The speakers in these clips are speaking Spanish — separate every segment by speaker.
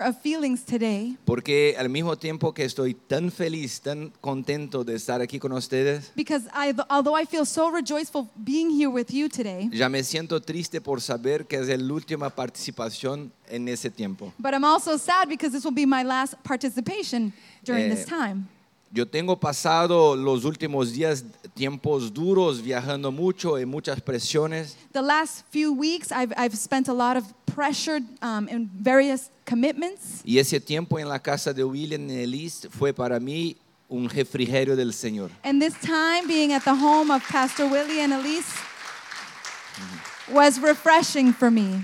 Speaker 1: of feelings today
Speaker 2: Porque al mismo tiempo que estoy tan feliz, tan contento de estar aquí con ustedes,
Speaker 1: because I, although I feel so rejoiceful being here with you today,
Speaker 2: ya me siento triste por saber que es la última participación en ese tiempo.
Speaker 1: but I'm also sad because this will be my last participation during
Speaker 2: Eh,
Speaker 1: this time.
Speaker 2: Yo tengo pasado los últimos días tiempos duros, viajando mucho, en muchas presiones,
Speaker 1: The last few weeks, I've, I've spent a lot of pressure um, and various commitments.
Speaker 2: y ese tiempo en la casa de William en Elis fue para mí un refrigerio del Señor.
Speaker 1: And this time being at the home of Pastor Willie and Elise was refreshing for me.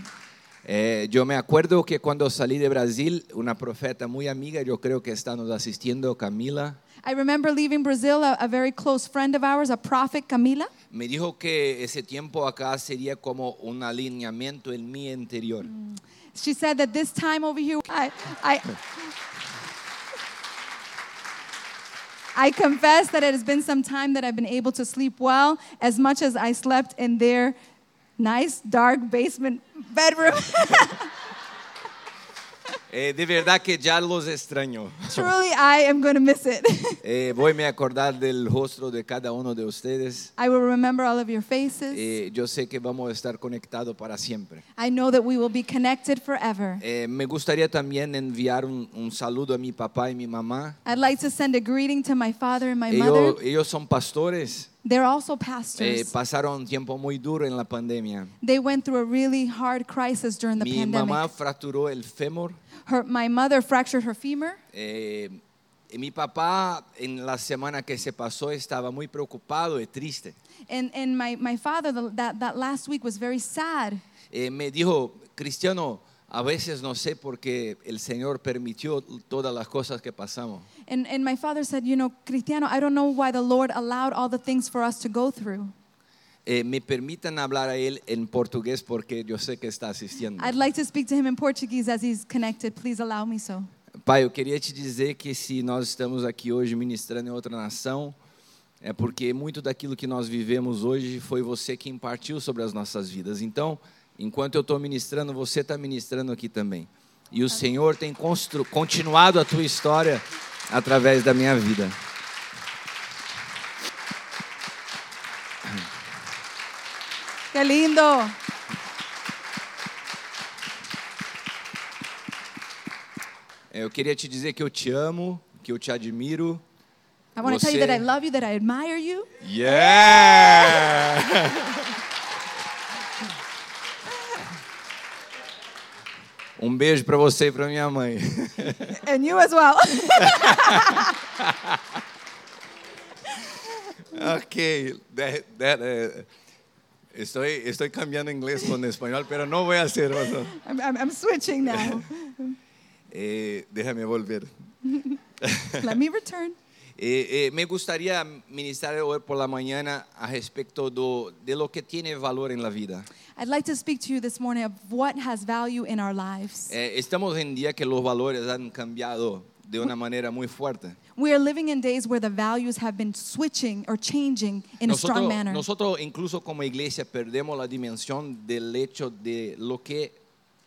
Speaker 2: Eh, yo me acuerdo que cuando salí de Brasil, una profeta muy amiga, yo creo que está nos asistiendo, Camila,
Speaker 1: I remember leaving Brazil, a, a very close friend of ours, a prophet, Camila,
Speaker 2: me dijo que ese tiempo acá sería como un alineamiento en mi interior.
Speaker 1: she said that this time over here, I, I, I confess that it has been some time that I've been able to sleep well, as much as I slept in their nice, dark basement bedroom.
Speaker 2: Eh, de verdad que ya los extraño.
Speaker 1: Truly, I am going to miss it.
Speaker 2: Eh, voy a me acordar del rostro de cada uno de ustedes.
Speaker 1: I will remember all of your faces.
Speaker 2: Eh, yo sé que vamos a estar conectados para siempre.
Speaker 1: I know that we will be connected forever.
Speaker 2: Eh, me gustaría también enviar un, un saludo a mi papá y mi mamá.
Speaker 1: I'd like to send a greeting to my father and my
Speaker 2: Ellos,
Speaker 1: mother.
Speaker 2: ellos son pastores.
Speaker 1: They're also
Speaker 2: Eh,
Speaker 1: pastors.
Speaker 2: pasaron un tiempo muy duro en la pandemia.
Speaker 1: They went through a really hard crisis during the
Speaker 2: Mi
Speaker 1: pandemic.
Speaker 2: mamá fracturó el fémur.
Speaker 1: Her, my mother fractured her femur.
Speaker 2: Eh, y mi papá en la semana que se pasó estaba muy preocupado y triste.
Speaker 1: And, and my, my father, the, that, that last week was very sad.
Speaker 2: Eh, me dijo, Cristiano, a veces no sé por qué el Señor permitió todas las cosas que pasamos.
Speaker 1: And, and my father said, You know, Cristiano, I don't know why the Lord allowed all the things for us to go through.
Speaker 2: Eh, me permitan hablar a él en portugués porque yo sé que está asistiendo.
Speaker 1: I'd like to speak to him in Portuguese as he's connected. Please allow me so.
Speaker 2: Pai, eu queria te dizer que se nós estamos aqui hoje ministrando em outra nação, é porque muito daquilo que nós vivemos hoje foi você que impartiu sobre as nossas vidas. Então, enquanto eu estou ministrando, você está ministrando aqui também. E o Senhor tem constru- continuado a tua história através da minha vida.
Speaker 1: Que lindo.
Speaker 2: É, Eu queria te dizer que eu te amo, que eu te admiro.
Speaker 1: I want to tell you that I
Speaker 2: Você-
Speaker 1: love you, that I admire you.
Speaker 2: Yeah! Um beijo para você e para minha mãe.
Speaker 1: And you as well.
Speaker 2: ok. that- that, eh, estoy, estoy cambiando inglés con espanhol, pero no voy a hacer eso.
Speaker 1: I'm, I'm, I'm switching now.
Speaker 2: Eh, déjame volver.
Speaker 1: Let me return.
Speaker 2: Eh, eh, me gustaría ministrar hoy por la mañana a respecto do, de lo que tiene valor en la vida.
Speaker 1: I'd like to speak to you this morning of what has value in our lives.
Speaker 2: Eh, estamos en día que los valores han cambiado de una manera muy fuerte.
Speaker 1: We are living in days where the values have been switching or changing in a strong
Speaker 2: Nosotros,
Speaker 1: manner.
Speaker 2: nosotros incluso como iglesia perdemos la dimensión del hecho de lo que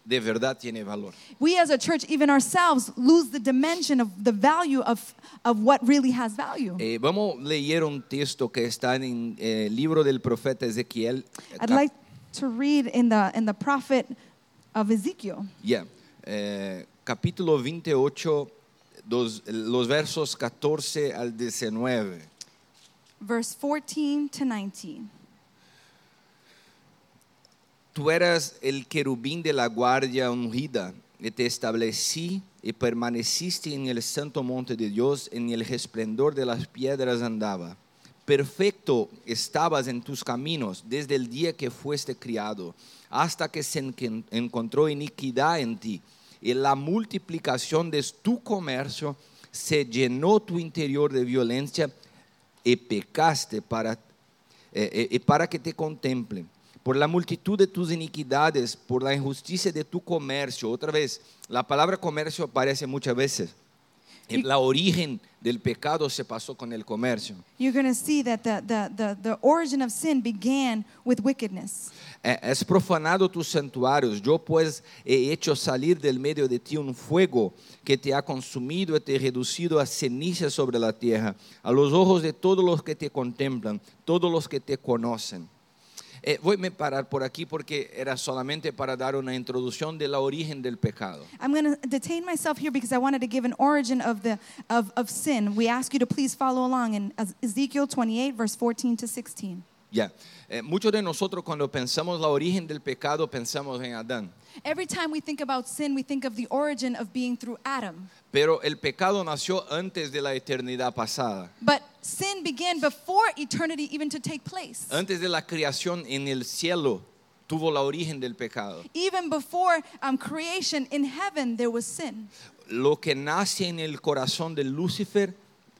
Speaker 2: de verdad tiene valor.
Speaker 1: We as a church, even ourselves, lose the dimension of the value of, of what really has value.
Speaker 2: Eh, vamos a leer un texto que está en eh, el libro del profeta Ezequiel.
Speaker 1: I'd
Speaker 2: cap-
Speaker 1: like to read in the, in the prophet of Ezekiel,
Speaker 2: Yeah. Eh, capítulo 28, dos- los versos 14 al 19.
Speaker 1: verse 14 to 19.
Speaker 2: Tú eras el querubín de la guardia ungida, y te establecí y permaneciste en el santo monte de Dios, en el resplendor de las piedras andaba. Perfecto estabas en tus caminos desde el día que fuiste criado, hasta que se enquen- encontró iniquidad en ti, y la multiplicación de tu comercio se llenó tu interior de violencia, y pecaste para eh, eh, e para que te contemple. Por la multitud de tus iniquidades, por la injusticia de tu comercio. Otra vez, la palabra comercio aparece muchas veces. La origen del pecado se pasó con el comercio.
Speaker 1: You're going to see that the, the, the, the origin of sin began with wickedness.
Speaker 2: Eh, Has profanado tus santuarios. Yo pues he hecho salir del medio de ti un fuego que te ha consumido y te ha reducido a ceniza sobre la tierra, a los ojos de todos los que te contemplan, todos los que te conocen. Eh, voy a parar por aquí porque era solamente para dar una introducción de la origen del pecado.
Speaker 1: I'm going to detain myself here because I wanted to give an origin of, the, of, of sin. We ask you to please follow along in Ezekiel 28, verse 14 to 16.
Speaker 2: Ya, Eh, muchos de nosotros cuando pensamos la origen del pecado pensamos en Adán,
Speaker 1: Every time we think about sin, we think of the origin of being through Adam.
Speaker 2: pero el pecado nació antes de la eternidad pasada.
Speaker 1: But sin began before eternity even to take place.
Speaker 2: Antes de la creación en el cielo tuvo la origen del pecado.
Speaker 1: Even before um, creation in heaven, there was sin.
Speaker 2: Lo que nace en el corazón de Lucifer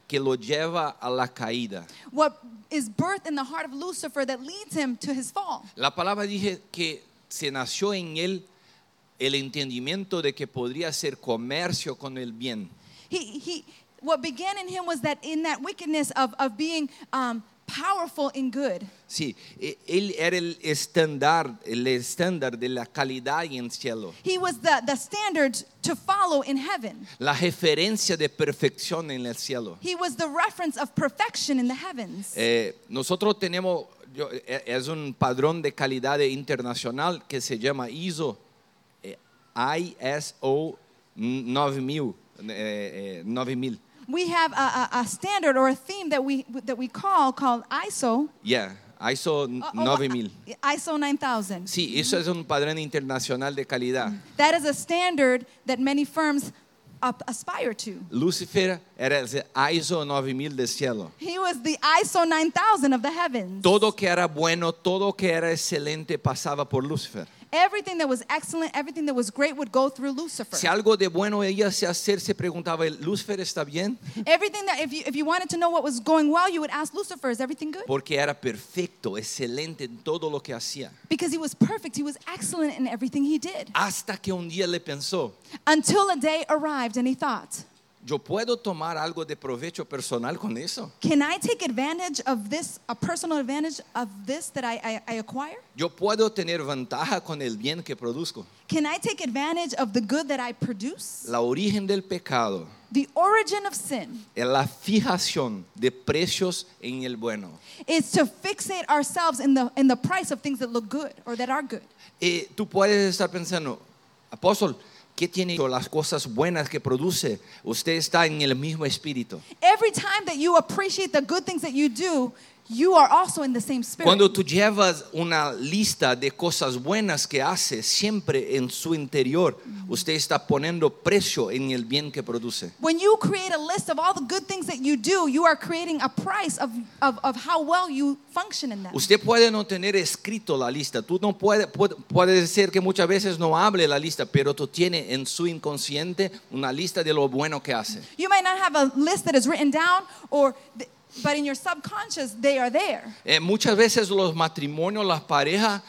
Speaker 2: que lo lleva a la caída.
Speaker 1: What is birth in the heart of Lucifer that leads him to his fall?
Speaker 2: La palabra dije que se nació en él el entendimiento de que podría ser comercio con el bien.
Speaker 1: He, he, what began in him was that in that wickedness of, of being um, powerful in good.
Speaker 2: Sí, e- él era el estándar, el estándar de la calidad en el cielo,
Speaker 1: He was the, the standard to follow in heaven.
Speaker 2: la referencia de perfección en el cielo.
Speaker 1: He was the reference of perfection in the heavens.
Speaker 2: Eh, nosotros tenemos, yo- e- es un padrón de calidad internacional que se llama ISO, eh, ISO 9000. eh, eh, 9000.
Speaker 1: We have a, a, a standard or a theme that we, that we call called ISO.
Speaker 2: Yeah, ISO
Speaker 1: Oh, oh,
Speaker 2: 9000.
Speaker 1: ISO 9000.
Speaker 2: Sí, eso es un padrón internacional de calidad.
Speaker 1: That is a standard that many firms up- aspire to.
Speaker 2: Lucifer era ese ISO 9000 del cielo.
Speaker 1: He was the ISO 9000 of the heavens.
Speaker 2: Todo que era bueno, todo que era excelente pasaba por Lucifer.
Speaker 1: Everything that was excellent, everything that was great would go through Lucifer.
Speaker 2: Si algo de bueno ella se hacer, se preguntaba, ¿Lucifer está bien?
Speaker 1: Everything that, if you, if you wanted to know what was going well, you would ask Lucifer, is everything good?
Speaker 2: Porque era perfecto, excelente en todo lo que hacía.
Speaker 1: Because he was perfect, he was excellent in everything he did.
Speaker 2: Hasta que un día le pensó,
Speaker 1: Until a day arrived and he thought,
Speaker 2: ¿yo puedo tomar algo de provecho personal con eso?
Speaker 1: can I take advantage of this, a personal advantage of this that I, I, I acquire?
Speaker 2: ¿Yo puedo tener ventaja con el bien que produzco?
Speaker 1: Can I take advantage of the good that I produce?
Speaker 2: La origen del pecado
Speaker 1: The origin of sin
Speaker 2: es la fijación de precios en el bueno.
Speaker 1: is to fixate ourselves in the, in the price of things that look good or that are good.
Speaker 2: Y Eh, tú puedes estar pensando, apóstol, ¿qué tiene las cosas buenas que produce? Usted está en el mismo espíritu.
Speaker 1: Every time that you appreciate the good things that you do, you are also in the same spirit.
Speaker 2: Cuando tú llevas una lista de cosas buenas que hace siempre en su interior, usted está poniendo precio en el bien que produce.
Speaker 1: when you create a list of all the good things that you do, you are creating a price of, of, of how well you function in them.
Speaker 2: Usted puede no tener escrito la lista, tú no puede, puede, puede ser que muchas veces no hable la lista, pero tú tienes en su inconsciente una lista de lo bueno que hace.
Speaker 1: You might not have a list that is written down, or th- but in your subconscious, they are there.
Speaker 2: Eh, muchas veces los matrimonios, las parejas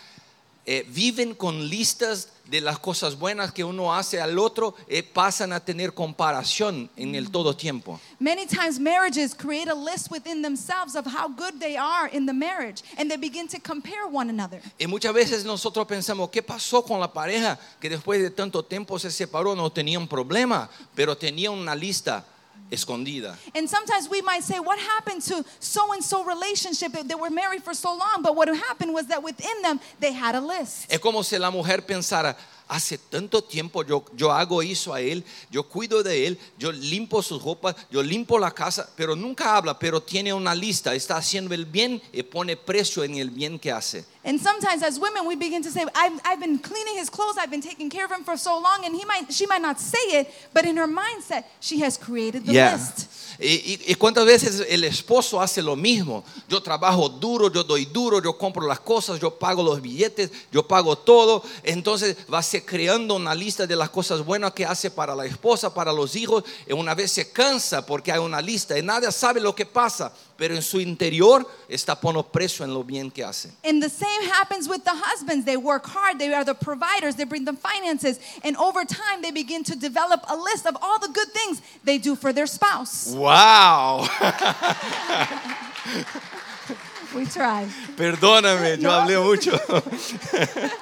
Speaker 2: eh, viven con listas de las cosas buenas que uno hace al otro, eh, pasan a tener comparación en el todo tiempo.
Speaker 1: Many times, marriages create a list within themselves of how good they are in the marriage, and they begin to compare one another.
Speaker 2: Y muchas veces nosotros pensamos, ¿qué pasó con la pareja que después de tanto tiempo se separó? No tenía un problema, pero tenía una lista escondida.
Speaker 1: And sometimes we might say, What happened to so and so relationship? They were married for so long, but what happened was that within them, they had a list.
Speaker 2: Es como si la mujer pensara, hace tanto tiempo yo, yo hago eso a él, yo cuido de él, yo limpo sus ropas, yo limpo la casa, pero nunca habla, pero tiene una lista, está haciendo el bien y pone precio en el bien que hace.
Speaker 1: And sometimes as women, we begin to say, I've, I've been cleaning his clothes, I've been taking care of him for so long, and he might, she might not say it, but in her mindset, she has created the
Speaker 2: Yeah.
Speaker 1: list.
Speaker 2: Y, y- y cuántas veces el esposo hace lo mismo. Yo trabajo duro, yo doy duro, yo compro las cosas, yo pago los billetes, yo pago todo. Entonces va se creando una lista de las cosas buenas que hace para la esposa, para los hijos. Y una vez se cansa porque hay una lista y nadie sabe lo que pasa, pero en su interior está poniendo preso en lo bien que hace.
Speaker 1: And the same happens with the husbands. They work hard, they are the providers, they bring them finances, and over time they begin to develop a list of all the good things they do for their spouse.
Speaker 2: ¡Wow!
Speaker 1: We try.
Speaker 2: Perdóname, yo
Speaker 1: No.
Speaker 2: hablé mucho.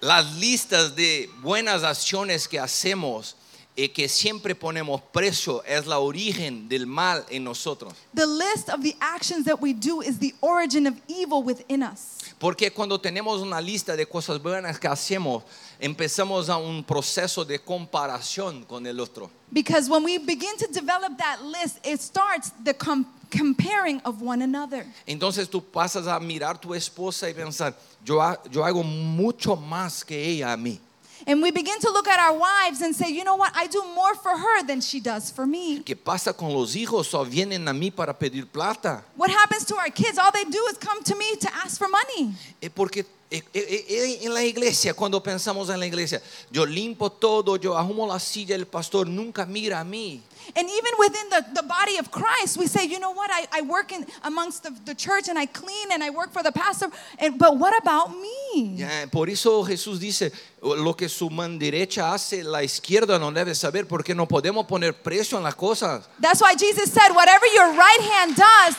Speaker 2: Las listas de buenas acciones que hacemos y que siempre ponemos preso es la origen del mal en nosotros.
Speaker 1: The list of the actions that we do is the origin of evil within us.
Speaker 2: Porque cuando tenemos una lista de cosas buenas que hacemos, empezamos a un proceso de comparación con el otro.
Speaker 1: Because when we begin to develop that list, it starts the com- comparing of one another.
Speaker 2: Entonces tú pasas a mirar tu esposa y pensar, yo, ha- yo hago mucho más que ella a mí.
Speaker 1: And we begin to look at our wives and say, you know what, I do more for her than she does for me.
Speaker 2: ¿Qué pasa con los hijos? Solo vienen a mí para pedir plata.
Speaker 1: What happens to our kids? All they do is come to me to ask for money.
Speaker 2: Es porque eh, eh, eh, en la iglesia, cuando pensamos en la iglesia, yo limpo todo, yo ajumo la silla, el pastor nunca mira a mí.
Speaker 1: And even within the, the body of Christ, we say, you know what, I, I work in amongst the, the church and I clean and I work for the pastor, and, but what about me?
Speaker 2: Ya, Por eso Jesús dice, lo que su mano derecha hace, la izquierda no debe saber, porque no podemos poner precio en las cosas.
Speaker 1: That's why Jesus said, whatever your right hand does,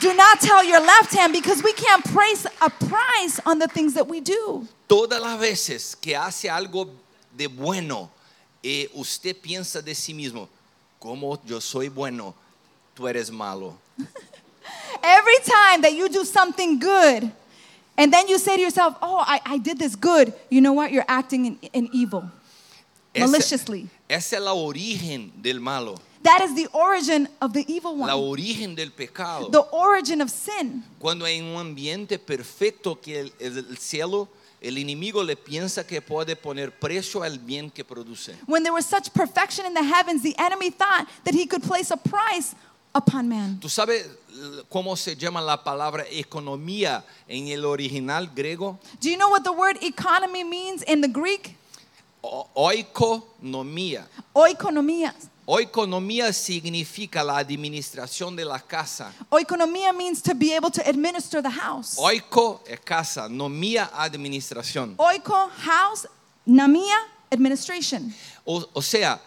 Speaker 1: do not tell your left hand because we can't place a price on the things that we do.
Speaker 2: Todas las veces que hace algo de bueno, eh, usted piensa de sí mismo, como yo soy bueno, tú eres malo.
Speaker 1: Every time that you do something good, and then you say to yourself, oh, I, I did this good, you know what? You're acting in, in evil,
Speaker 2: Ese-
Speaker 1: maliciously.
Speaker 2: Esa es la origen del malo,
Speaker 1: That is the origin of the evil one,
Speaker 2: la origen del pecado.
Speaker 1: the origin of sin.
Speaker 2: Cuando hay un ambiente perfecto que el, el cielo, el enemigo le piensa que puede poner precio al bien que produce.
Speaker 1: When there was such perfection in the heavens, the enemy thought that he could place a price upon man.
Speaker 2: ¿Tú sabes l- cómo se llama la palabra economía en el original griego?
Speaker 1: Do you know what the word economy means in the Greek?
Speaker 2: O- Oikonomía.
Speaker 1: Oikonomia.
Speaker 2: Oikonomía significa la administración de la casa.
Speaker 1: Oikonomia means to be able to administer the house.
Speaker 2: Oiko es casa, nomía administración.
Speaker 1: Oiko, house, namia, administration.
Speaker 2: O, o sea,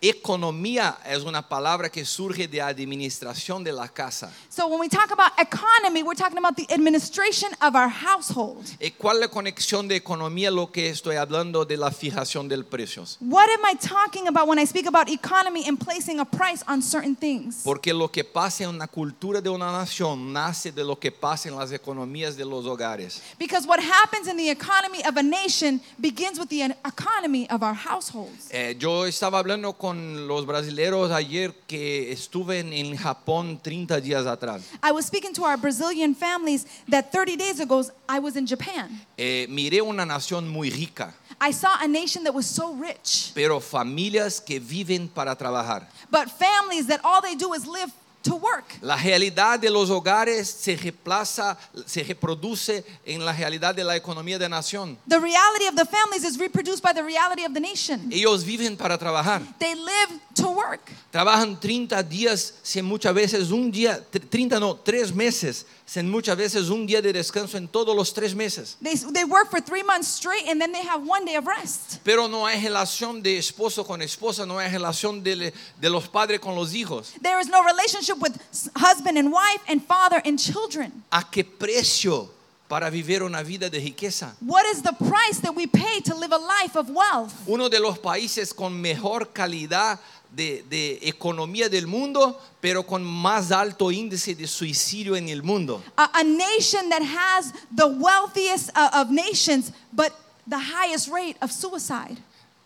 Speaker 2: economía es una palabra que surge de administración de la casa.
Speaker 1: So when we talk about economy, we're talking about the administration of our household.
Speaker 2: ¿Y Eh, cuál es la conexión de economía lo que estoy hablando de la fijación del precios?
Speaker 1: What am I talking about when I speak about economy and placing a price on certain things?
Speaker 2: Porque lo que pasa en una cultura de una nación nace de lo que pasa en las economías de los hogares.
Speaker 1: Because what happens in the economy of a nation begins with the en- economy of our households.
Speaker 2: Eh, yo estaba hablando con los brasileños ayer que estuve en, en Japón 30 días atrás.
Speaker 1: I was speaking to our Brazilian families that 30 days ago I was in Japan.
Speaker 2: Eh, miré una nación muy rica,
Speaker 1: I saw a nation that was so rich,
Speaker 2: pero familias que viven para trabajar.
Speaker 1: but families that all they do is live to work.
Speaker 2: La realidad de los hogares se reemplaza, se reproduce en la realidad de la economía de nación.
Speaker 1: The reality of the families is reproduced by the reality of the nation.
Speaker 2: Ellos viven para trabajar.
Speaker 1: They live to work.
Speaker 2: Trabajan 30 días sin muchas veces un día, tr- 30 no, 3 meses, sin muchas veces un día de descanso en todos los 3 meses.
Speaker 1: They, they work for three months straight and then they have one day of rest.
Speaker 2: Pero no hay relación de esposo con esposa, no hay relación de, de los padres con los hijos.
Speaker 1: There is no relationship with s- husband and wife and father and children.
Speaker 2: ¿A qué precio para vivir una vida de riqueza?
Speaker 1: What is the price that we pay to live a life of wealth?
Speaker 2: Uno de los países con mejor calidad de, de economía del mundo, pero con más alto índice de suicidio en el mundo.
Speaker 1: A, a nation that has the wealthiest uh, of nations, but the highest rate of suicide.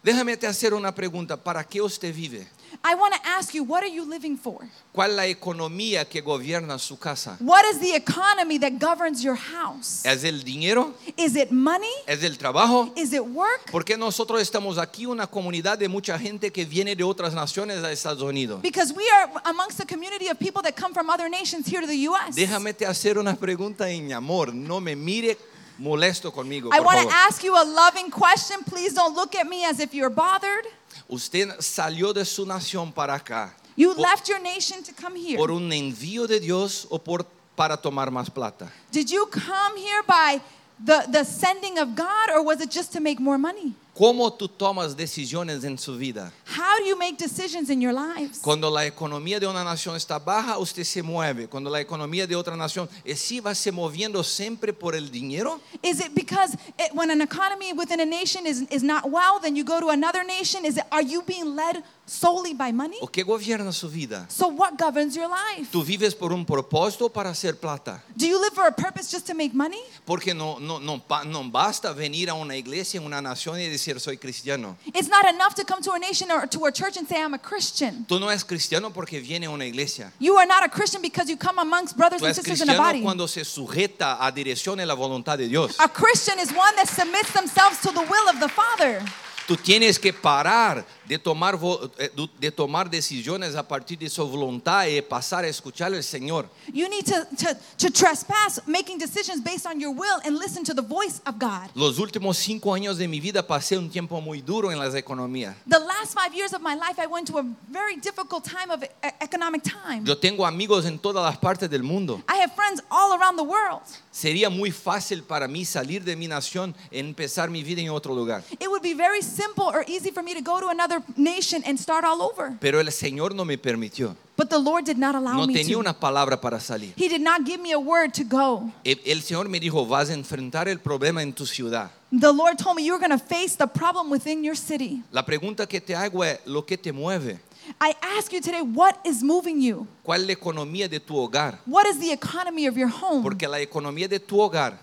Speaker 2: Déjame te hacer una pregunta, ¿para qué usted vive?
Speaker 1: I want to ask you, what are you living for?
Speaker 2: ¿Cuál es la economía que gobierna su casa?
Speaker 1: What is the economy that governs your house?
Speaker 2: ¿Es el dinero?
Speaker 1: Is it money?
Speaker 2: ¿Es el trabajo?
Speaker 1: Is it work?
Speaker 2: Porque nosotros estamos aquí, una comunidad de mucha gente que viene de otras naciones a Estados Unidos.
Speaker 1: Because we are amongst a community of people that come from other nations here to the U.S.
Speaker 2: Déjame te hacer una pregunta en amor. No me mire molesto conmigo,
Speaker 1: I
Speaker 2: por
Speaker 1: want
Speaker 2: favor.
Speaker 1: to ask you a loving question. Please don't look at me as if you're bothered.
Speaker 2: Usted salió de su nación para acá
Speaker 1: You
Speaker 2: por,
Speaker 1: left your nation to come here.
Speaker 2: por un envío de Dios o por para tomar más plata.
Speaker 1: Did you come here by the, the sending of God or was it just to make more money?
Speaker 2: ¿Cómo tú tomas decisiones en su vida?
Speaker 1: How do you make decisions in your lives?
Speaker 2: Cuando la economía de una nación está baja, usted se mueve. Cuando la economía de otra nación, ¿y si va se moviendo siempre por el dinero?
Speaker 1: Is it because it, when an economy within a nation is, is not well, then you go to another nation? Is it, are you being led solely by money?
Speaker 2: ¿O qué gobierna su vida?
Speaker 1: So what governs your life?
Speaker 2: ¿Tú vives por un propósito o para hacer plata?
Speaker 1: Do you live for a purpose just to make money?
Speaker 2: Porque no, no, no, pa- no basta venir a una iglesia, a una nación y decir soy cristiano.
Speaker 1: It's not enough to come to a nation or to a church and say, I'm a Christian.
Speaker 2: Tú no eres cristiano porque viene a una iglesia.
Speaker 1: You are not a Christian because you come amongst brothers
Speaker 2: Tú
Speaker 1: and
Speaker 2: eres
Speaker 1: sisters in a
Speaker 2: cristiano
Speaker 1: body.
Speaker 2: cuando se sujeta a dirección y la voluntad de Dios.
Speaker 1: A Christian is one that submits themselves to the will of the Father.
Speaker 2: Tú tienes que parar de tomar, vo- eh, du- de tomar decisiones a partir de su voluntad y pasar a escuchar al Señor.
Speaker 1: You need to, to, to trespass making decisions based on your will and listen to the voice of God.
Speaker 2: Los últimos cinco años de mi vida pasé un tiempo muy duro en las economías.
Speaker 1: The last five years of my life, I went to a very difficult time of e- economic time.
Speaker 2: Yo tengo amigos en todas las partes del mundo.
Speaker 1: I have friends all around the world.
Speaker 2: Sería muy fácil para mí salir de mi nación y empezar mi vida en otro lugar.
Speaker 1: It would be very simple or easy for me to go to another nation and start all over.
Speaker 2: Pero el Señor no me permitió.
Speaker 1: But the Lord did not allow
Speaker 2: No
Speaker 1: Ah, me
Speaker 2: tenía
Speaker 1: to.
Speaker 2: una palabra para salir.
Speaker 1: He did not give me a word to go.
Speaker 2: El el Señor me dijo, vas a enfrentar el problema en tu ciudad.
Speaker 1: The Lord told me you're going to face the problem within your city.
Speaker 2: La pregunta que te hago es, ¿lo que te mueve?
Speaker 1: I ask you today, what is moving you?
Speaker 2: ¿Cuál es la economía de tu hogar?
Speaker 1: What is the economy of your home?
Speaker 2: Porque la economía de tu hogar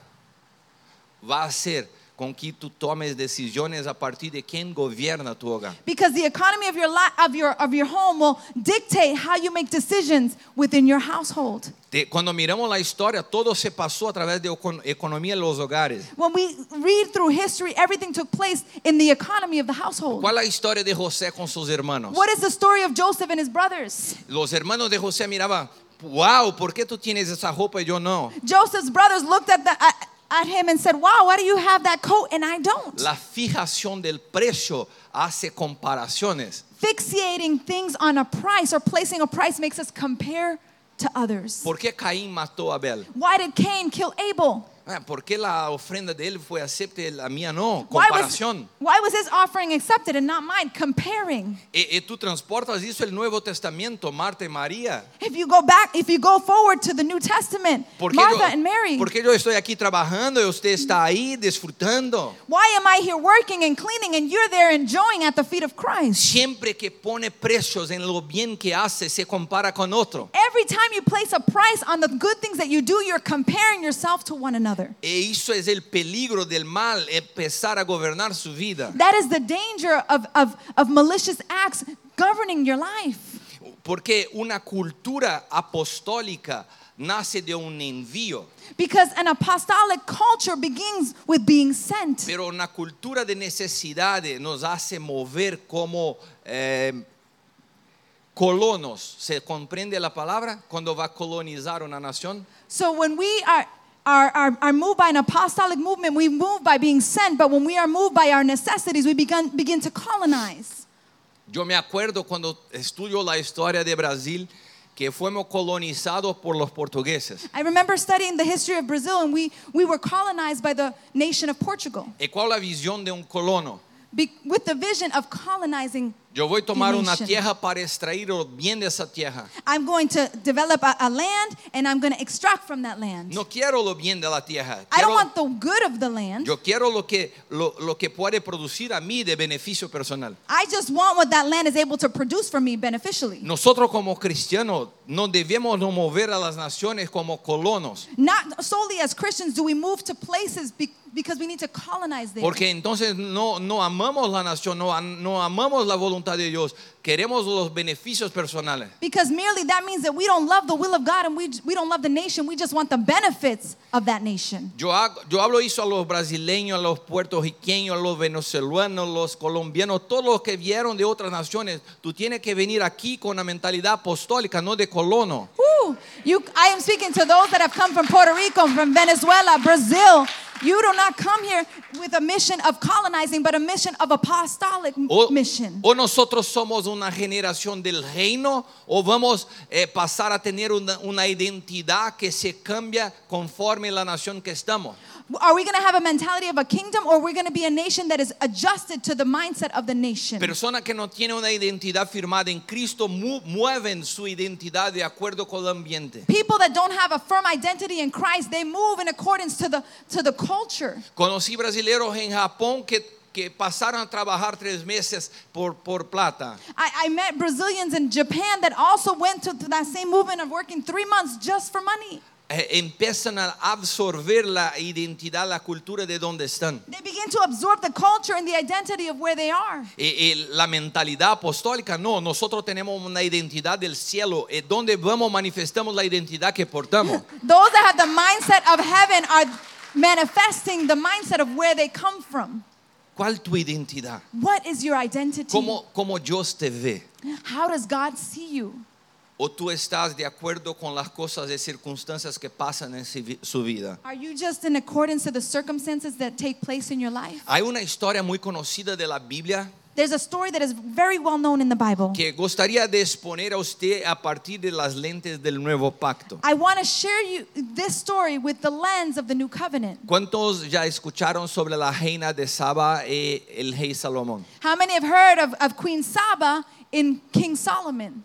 Speaker 2: va a hacer con que tú tomes decisiones a partir de quién gobierna tu hogar.
Speaker 1: because the economy of your li- of your of your home will dictate how you make decisions within your household.
Speaker 2: Te- cuando miramos la historia, todo se pasó a través de econ- economía en los hogares.
Speaker 1: When we read through history, everything took place in the economy of the household.
Speaker 2: ¿Cuál es la historia de José con sus hermanos?
Speaker 1: What is the story of Joseph and his brothers?
Speaker 2: Los hermanos de José miraban, wow, ¿por qué tú tienes esa ropa y yo no?
Speaker 1: Joseph's brothers looked at the at, at him and said, "Wow, why do you have that coat and I don't?"
Speaker 2: La fijación del precio hace comparaciones.
Speaker 1: Fixating things on a price or placing a price makes us compare to others.
Speaker 2: ¿Por qué Caín mató a Abel?
Speaker 1: Why did Cain kill Abel?
Speaker 2: Ah, ¿Por qué la ofrenda de él fue acepta y la mía no?
Speaker 1: Why was,
Speaker 2: Comparación.
Speaker 1: why was his offering accepted and not mine? Comparing.
Speaker 2: Y, y tú transportas eso el Nuevo Testamento, Marta y María.
Speaker 1: If you go back, if you go forward to the New Testament,
Speaker 2: ¿Por qué,
Speaker 1: Martha
Speaker 2: yo,
Speaker 1: and Mary,
Speaker 2: por qué yo estoy aquí trabajando y usted está ahí disfrutando?
Speaker 1: why am I here working and cleaning and you're there enjoying at the feet of Christ?
Speaker 2: Siempre que pone precios en lo bien que hace, se compara con otro.
Speaker 1: Every time you place a price on the good things that you do, you're comparing yourself to one another.
Speaker 2: E eso es el peligro del mal, empezar a gobernar su vida.
Speaker 1: That is the danger of, of, of malicious acts governing your life.
Speaker 2: Porque una cultura apostólica nace de um un envío,
Speaker 1: Because an apostolic culture begins with being sent.
Speaker 2: pero una cultura de necesidades nos hace mover como eh, colonos. ¿Se comprende la palabra? Cuando va a colonizar una nación.
Speaker 1: So when we are, are, are, are moved by an apostolic movement, we move by being sent. But when we are moved by our necessities, we begin, begin to colonize.
Speaker 2: Yo me acuerdo cuando estudio la historia de Brasil, que fuimos colonizados por los portugueses.
Speaker 1: I remember studying the history of Brazil, and we, we were colonized by the nation of Portugal
Speaker 2: ¿Y cuál es la visión de un colono?
Speaker 1: be, with the vision of colonizing.
Speaker 2: Yo voy a tomar una
Speaker 1: Nation.
Speaker 2: tierra para extraer el bien de esa tierra.
Speaker 1: I'm going to develop a, a land, and I'm going to extract from that land.
Speaker 2: No quiero lo bien de la tierra.
Speaker 1: I don't
Speaker 2: quiero-
Speaker 1: want the good of the land.
Speaker 2: Yo quiero lo que, lo, lo que puede producir a mí de beneficio personal.
Speaker 1: I just want what that land is able to produce for me beneficially.
Speaker 2: Nosotros como cristianos no debemos nos mover a las naciones como colonos.
Speaker 1: Not solely as Christians do we move to places be, because we need to colonize there.
Speaker 2: Porque entonces no, no amamos la nación, no, am- no amamos la voluntad de Dios, queremos los beneficios personales.
Speaker 1: Because merely that means that we don't love the will of God and we, we don't love the nation. We just want the benefits of that nation.
Speaker 2: Yo, hago- yo hablo eso a los brasileños, a los puertorriqueños, a los venezolanos, los colombianos, todos los que vieron de otras naciones. Tú tienes que venir aquí con una mentalidad apostólica, no de colono.
Speaker 1: Woo! You, I am speaking to those that have come from Puerto Rico, from Venezuela, Brazil. You do not come here with a mission of colonizing, but a mission of apostolic m-
Speaker 2: O,
Speaker 1: mission.
Speaker 2: o nosotros somos una generación del reino o vamos a pasar a tener una, una identidad que se cambia conforme la nación que estamos.
Speaker 1: Are we going to have a mentality of a kingdom, or we're going to be a nation that is adjusted to the mindset of the nation?
Speaker 2: Personas que no tienen una identidad firmada en Cristo mu- mueven su identidad de acuerdo con el ambiente.
Speaker 1: People that don't have a firm identity in Christ, they move in accordance to the to the culture.
Speaker 2: Conocí brasileños en Japón que, que pasaron a trabajar tres meses por, por plata.
Speaker 1: I, I met Brazilians in Japan that also went to, to that same movement of working three months just for money.
Speaker 2: Eh, empiezan a absorber la identidad, la cultura de donde están.
Speaker 1: They begin to absorb the culture and the identity of where they are.
Speaker 2: Eh, eh, la mentalidad apostólica, no, nosotros tenemos una identidad del cielo, Eh, es donde vamos manifestamos la identidad que portamos.
Speaker 1: Those that have the mindset of heaven are manifesting the mindset of where they come from.
Speaker 2: ¿Cuál tu identidad?
Speaker 1: What is your identity?
Speaker 2: ¿Cómo, cómo Dios te ve?
Speaker 1: How does God see you?
Speaker 2: ¿O tú estás de acuerdo con las cosas y circunstancias que pasan en su vi- su vida?
Speaker 1: Are you just in accordance to the circumstances that take place in your life?
Speaker 2: Hay una historia muy conocida de la Biblia
Speaker 1: There's a story that is very well known in the Bible.
Speaker 2: que gustaría de exponer a usted a partir de las lentes del nuevo pacto.
Speaker 1: I want to share you this story with the lens of the new covenant.
Speaker 2: ¿Cuántos ya escucharon sobre la reina de Saba y el rey Salomón?
Speaker 1: How many have heard of, of Queen Saba in King Solomon?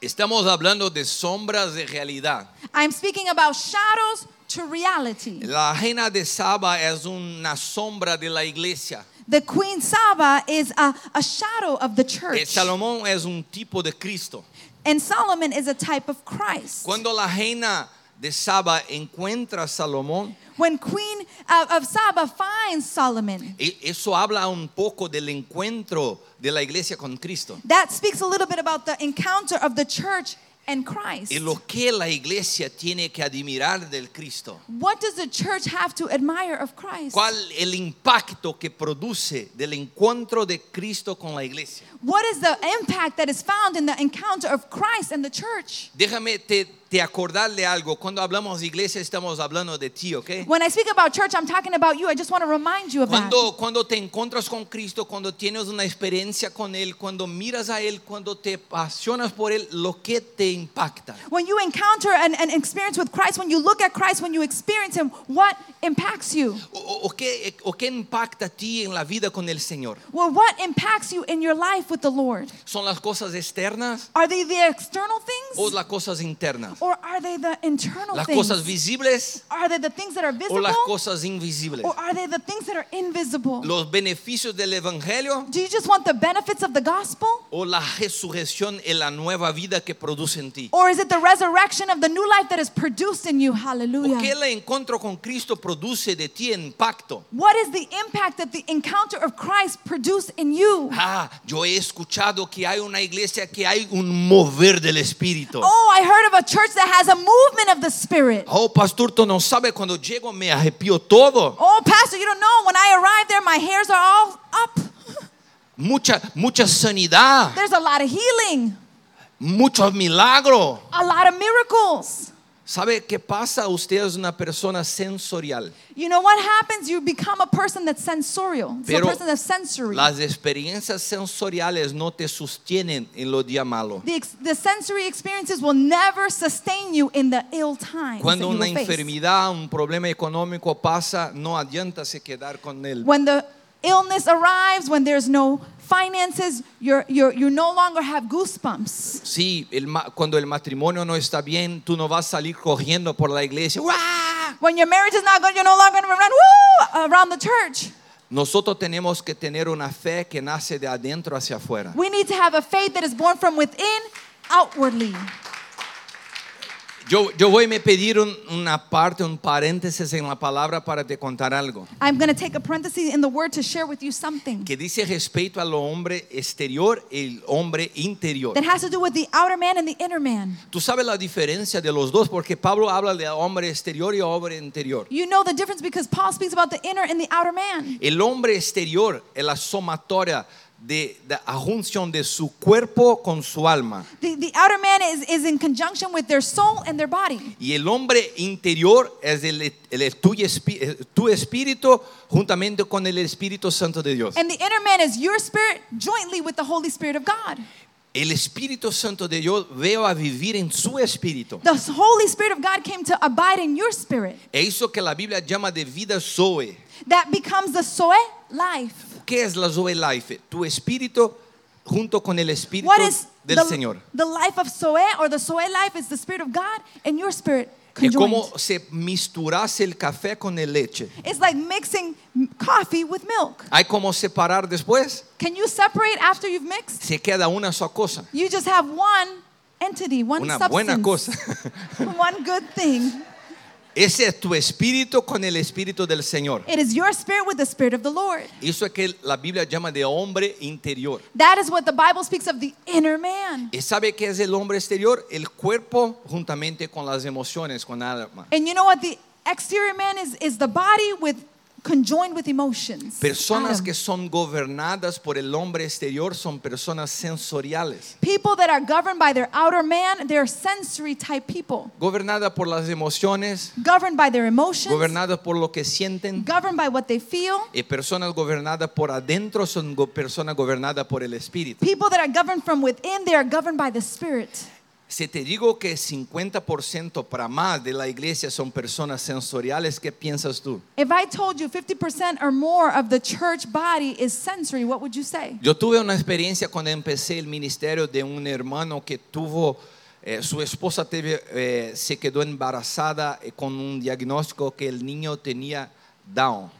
Speaker 2: Estamos hablando de sombras de realidad.
Speaker 1: I'm speaking about shadows to reality.
Speaker 2: La reina de Saba es una sombra de la iglesia.
Speaker 1: The Queen Saba is a, a shadow of the
Speaker 2: Eh,
Speaker 1: church.
Speaker 2: Salomón es un tipo de Cristo.
Speaker 1: And Solomon is a type of Christ.
Speaker 2: Cuando la reina de Saba encuentra a Salomón,
Speaker 1: When Queen of, of Saba finds Solomon,
Speaker 2: e- eso habla un poco del encuentro de la iglesia con Cristo.
Speaker 1: that speaks a little bit about the encounter of the church and Christ.
Speaker 2: Y lo que la iglesia tiene que admirar del Cristo.
Speaker 1: What does the church have to admire of Christ?
Speaker 2: ¿Cuál el impacto que produce del encuentro de Cristo con la iglesia?
Speaker 1: What is the impact that is found in the encounter of Christ and the church?
Speaker 2: Déjame te, te acordarle algo. Cuando hablamos de iglesia estamos hablando de ti, ¿ok?
Speaker 1: When I speak about church, I'm talking about you. I just want to remind you of that.
Speaker 2: Cuando, cuando te encuentras con Cristo, cuando tienes una experiencia con Él, cuando miras a Él, cuando te apasionas por Él, lo que te impacta.
Speaker 1: When you encounter an, an experience with Christ, when you look at Christ, when you experience Him, what impacts you?
Speaker 2: O, o- o qué, ¿O qué impacta a ti en la vida con el Señor?
Speaker 1: Well, what impacts you in your life with the Lord?
Speaker 2: ¿Son las cosas externas
Speaker 1: Are they the external
Speaker 2: o
Speaker 1: things?
Speaker 2: las cosas internas?
Speaker 1: Or are they the internal
Speaker 2: ¿Las
Speaker 1: things?
Speaker 2: cosas visibles
Speaker 1: Are they the things that are
Speaker 2: o
Speaker 1: visible?
Speaker 2: las cosas invisibles?
Speaker 1: Or are they the things that are invisible?
Speaker 2: ¿Los beneficios del Evangelio
Speaker 1: Do you just want the benefits of the gospel?
Speaker 2: o la resurrección y la nueva vida que produce en ti?
Speaker 1: Or is it the resurrection of the new life that is produced in you? Hallelujah.
Speaker 2: ¿O qué el encuentro con Cristo produce de ti impacto?
Speaker 1: What is the impact that the encounter of Christ produced in you?
Speaker 2: Ah, yo he escuchado que hay una iglesia que hay un mover del espíritu. Oh,
Speaker 1: Oh, I heard of a church that has a movement of the Spirit.
Speaker 2: pastor, tú no sabes cuando llego me arrepio todo.
Speaker 1: Oh, Pastor, you don't know. When I arrived there, my hairs are all up.
Speaker 2: Mucha mucha sanidad,
Speaker 1: There's a lot of healing,
Speaker 2: muchos milagros.
Speaker 1: a lot of miracles.
Speaker 2: ¿Sabe qué pasa? Usted es una persona sensorial.
Speaker 1: You know what happens? You become a person that's sensorial, so
Speaker 2: Pero
Speaker 1: a person that's sensory.
Speaker 2: Las experiencias sensoriales no te sostienen en lo día malo.
Speaker 1: the, ex- the sensory experiences will never sustain you in the ill times. that
Speaker 2: Cuando
Speaker 1: you
Speaker 2: una
Speaker 1: will face.
Speaker 2: enfermedad, un problema económico pasa, no adianta se quedar con él.
Speaker 1: When the illness arrives, when there's no finances, you're, you're, you no longer have goosebumps.
Speaker 2: Sí, el ma- cuando el matrimonio no está bien, tú no vas a salir corriendo por la iglesia. ¡Uah!
Speaker 1: When your marriage is not good, you're no longer going to run woo, around the church.
Speaker 2: Nosotros tenemos que tener una fe que nace de adentro hacia afuera.
Speaker 1: We need to have a faith that is born from within outwardly.
Speaker 2: Yo, yo voy a me pedir un- una parte, un paréntesis en la palabra para te contar algo.
Speaker 1: I'm going to take a parenthesis in the word to share with you something
Speaker 2: Que dice respecto al hombre exterior y el hombre interior.
Speaker 1: that has to do with the outer man and the inner man.
Speaker 2: Tú sabes la diferencia de los dos porque Pablo habla de hombre exterior y hombre interior.
Speaker 1: You know the difference because Paul speaks about the inner and the outer man.
Speaker 2: El hombre exterior es la sumatoria de, de la junción de su cuerpo con su alma.
Speaker 1: The, the outer man is, is in conjunction with their soul and their body.
Speaker 2: Y el hombre interior es el, el- tu, espi- eh, tu espíritu juntamente con el Espíritu Santo de Dios.
Speaker 1: And the inner man is your spirit jointly with the Holy Spirit of God.
Speaker 2: El Espíritu Santo de Dios veo a vivir en su espíritu.
Speaker 1: The Holy Spirit of God came to abide in your spirit.
Speaker 2: Es eso que la Biblia llama de vida Zoe.
Speaker 1: That becomes the Zoe life.
Speaker 2: ¿Qué es la Zoe Life? Tu espíritu junto con el Espíritu
Speaker 1: What is
Speaker 2: del
Speaker 1: the,
Speaker 2: Señor.
Speaker 1: the life of Zoe or the Zoe life is the Spirit of God and your spirit
Speaker 2: Es
Speaker 1: conjoined.
Speaker 2: como se misturase el café con el leche.
Speaker 1: It's like mixing m- coffee with milk.
Speaker 2: Hay como separar después.
Speaker 1: Can you separate after you've mixed?
Speaker 2: Se queda una sola cosa.
Speaker 1: You just have one entity, one
Speaker 2: Una
Speaker 1: substance,
Speaker 2: buena cosa.
Speaker 1: one good thing.
Speaker 2: Ese es tu espíritu con el espíritu del Señor.
Speaker 1: It is your spirit with the spirit of the Lord.
Speaker 2: Eso es que la Biblia llama de hombre interior.
Speaker 1: That is what the Bible speaks of the inner man.
Speaker 2: ¿Y sabe qué es el hombre exterior? El cuerpo juntamente con las emociones, con el alma.
Speaker 1: And you know what the exterior man is is the body with conjoined with emotions.
Speaker 2: Personas
Speaker 1: Adam.
Speaker 2: que son gobernadas por el hombre exterior son personas sensoriales,
Speaker 1: people that are governed by their outer man, they're sensory type people.
Speaker 2: gobernadas por las emociones,
Speaker 1: Governed by their emotions,
Speaker 2: gobernadas por lo que sienten.
Speaker 1: governed by what they feel.
Speaker 2: Y personas gobernadas por adentro son go- personas gobernadas por el espíritu.
Speaker 1: People that are governed from within, they are governed by the spirit.
Speaker 2: Si te digo que 50% para más de la iglesia son personas sensoriales, ¿qué piensas tú?
Speaker 1: If I told you 50% or more of the church body is sensory, what would you say?
Speaker 2: Yo tuve una experiencia cuando empecé el ministerio de un hermano que tuvo, eh, su esposa teve, eh, se quedó embarazada eh, con un diagnóstico que el niño tenía Down.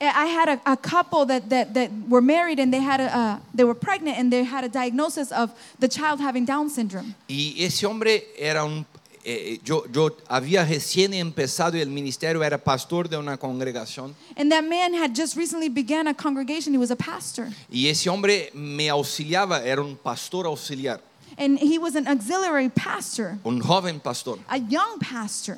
Speaker 1: Eh, I had a, a couple that, that, that were married and they, had a, uh, they were pregnant and they had a diagnosis of the child having Down syndrome.
Speaker 2: Y ese hombre era un, eh, yo, yo había recién empezado el ministerio, era pastor de una congregación.
Speaker 1: And that man had just recently began a congregation. He was a pastor.
Speaker 2: Y ese hombre me auxiliaba, era un pastor auxiliar,
Speaker 1: And he was an auxiliary pastor,
Speaker 2: un joven pastor.
Speaker 1: a young pastor.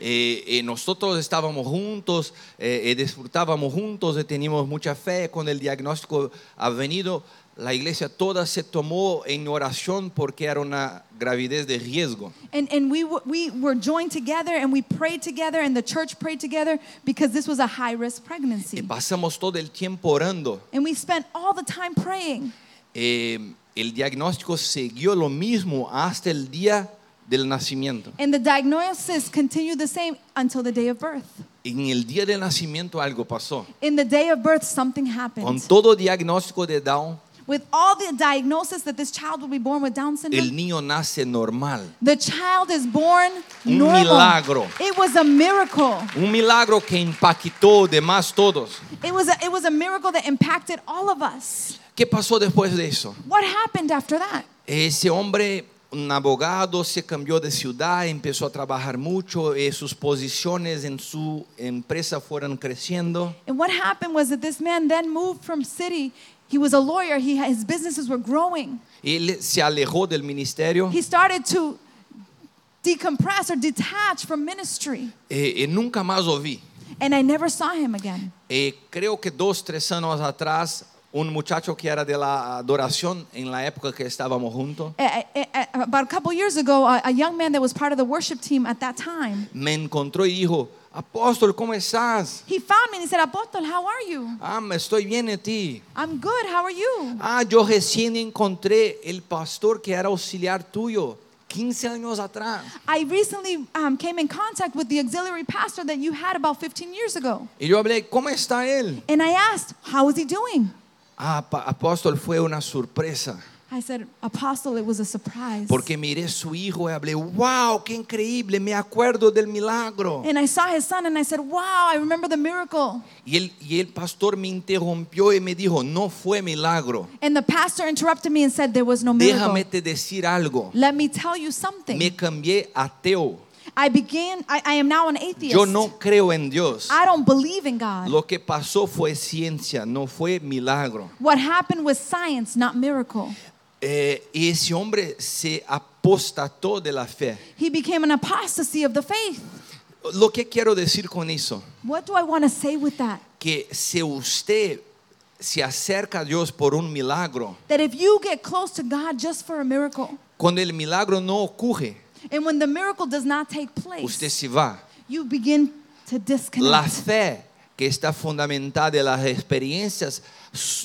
Speaker 2: Eh, eh, nosotros estábamos juntos, eh, eh, disfrutábamos juntos, eh, teníamos mucha fe. Cuando el diagnóstico ha venido, la iglesia toda se tomó en oración porque era una gravidez de riesgo.
Speaker 1: And, and we, w- we were joined together and we prayed together and the church prayed together because this was a high risk
Speaker 2: Y
Speaker 1: pregnancy.
Speaker 2: pasamos todo el tiempo orando.
Speaker 1: And we spent all the time praying.
Speaker 2: Eh, el diagnóstico siguió lo mismo hasta el día del nacimiento.
Speaker 1: And the diagnosis continued the same until the day of birth.
Speaker 2: En el día del nacimiento algo pasó.
Speaker 1: In the day of birth, something
Speaker 2: Con
Speaker 1: happened.
Speaker 2: todo diagnóstico de Down,
Speaker 1: With all the diagnosis that this child will be born with Down syndrome,
Speaker 2: el niño nace normal.
Speaker 1: the child is born
Speaker 2: Un
Speaker 1: normal.
Speaker 2: milagro.
Speaker 1: It was a miracle.
Speaker 2: Un milagro que impactó demás todos.
Speaker 1: It was a, it was a miracle that impacted all of us.
Speaker 2: ¿Qué pasó después de eso?
Speaker 1: What happened after that?
Speaker 2: Ese hombre, un abogado, se cambió de ciudad, empezó a trabajar mucho, eh, sus posiciones en su empresa fueron creciendo.
Speaker 1: And what happened was that this man then moved from city. He was a lawyer. He, his businesses were growing.
Speaker 2: Él se alejó del ministerio
Speaker 1: He started to decompress or detach from ministry.
Speaker 2: eh, y nunca más lo vi.
Speaker 1: And I never saw him again.
Speaker 2: Eh, creo que dos, tres años atrás, un muchacho que era de la adoración en la época que estábamos juntos,
Speaker 1: A- a- a- About a couple years ago, a, a young man that was part of the worship team at that time,
Speaker 2: me encontró y dijo, apóstol, ¿cómo estás?
Speaker 1: he found me and he said, Apostol, how are you?
Speaker 2: Ah, me estoy bien de ti.
Speaker 1: I'm good. How are you?
Speaker 2: Ah, yo recién encontré el pastor que era auxiliar tuyo 15 años atrás.
Speaker 1: I recently um, came in contact with the auxiliary pastor that you had about 15 years ago.
Speaker 2: Y yo hablé, ¿cómo está él?
Speaker 1: And I asked, How is he doing?
Speaker 2: Ah, pa- apóstol, fue una sorpresa.
Speaker 1: I said, Apostle, it was a surprise.
Speaker 2: Porque miré su hijo y hablé, wow, qué increíble, me acuerdo del milagro.
Speaker 1: And I saw his son and I said, Wow, I remember the miracle.
Speaker 2: Y el, y el pastor me interrumpió y me dijo, no fue milagro.
Speaker 1: And the pastor interrupted me and said, There was no miracle.
Speaker 2: Déjame te decir algo.
Speaker 1: Let me tell you something.
Speaker 2: Me cambié ateo.
Speaker 1: I began, I, I am now an atheist.
Speaker 2: Yo no creo en Dios.
Speaker 1: I don't believe in God.
Speaker 2: Lo que pasó fue ciencia, no fue milagro.
Speaker 1: what happened was science, not miracle.
Speaker 2: Eh, y ese hombre se apostató de la fe.
Speaker 1: He became an apostasy of the faith.
Speaker 2: Lo que quiero decir con eso,
Speaker 1: What do I want to say with that?
Speaker 2: que si usted se acerca a Dios por un milagro,
Speaker 1: That if you get close to God just for a miracle,
Speaker 2: cuando el milagro no ocurre,
Speaker 1: and when the miracle does not take place,
Speaker 2: usted se va.
Speaker 1: you begin to
Speaker 2: La
Speaker 1: disconnect.
Speaker 2: fe que está fundamentada en las experiencias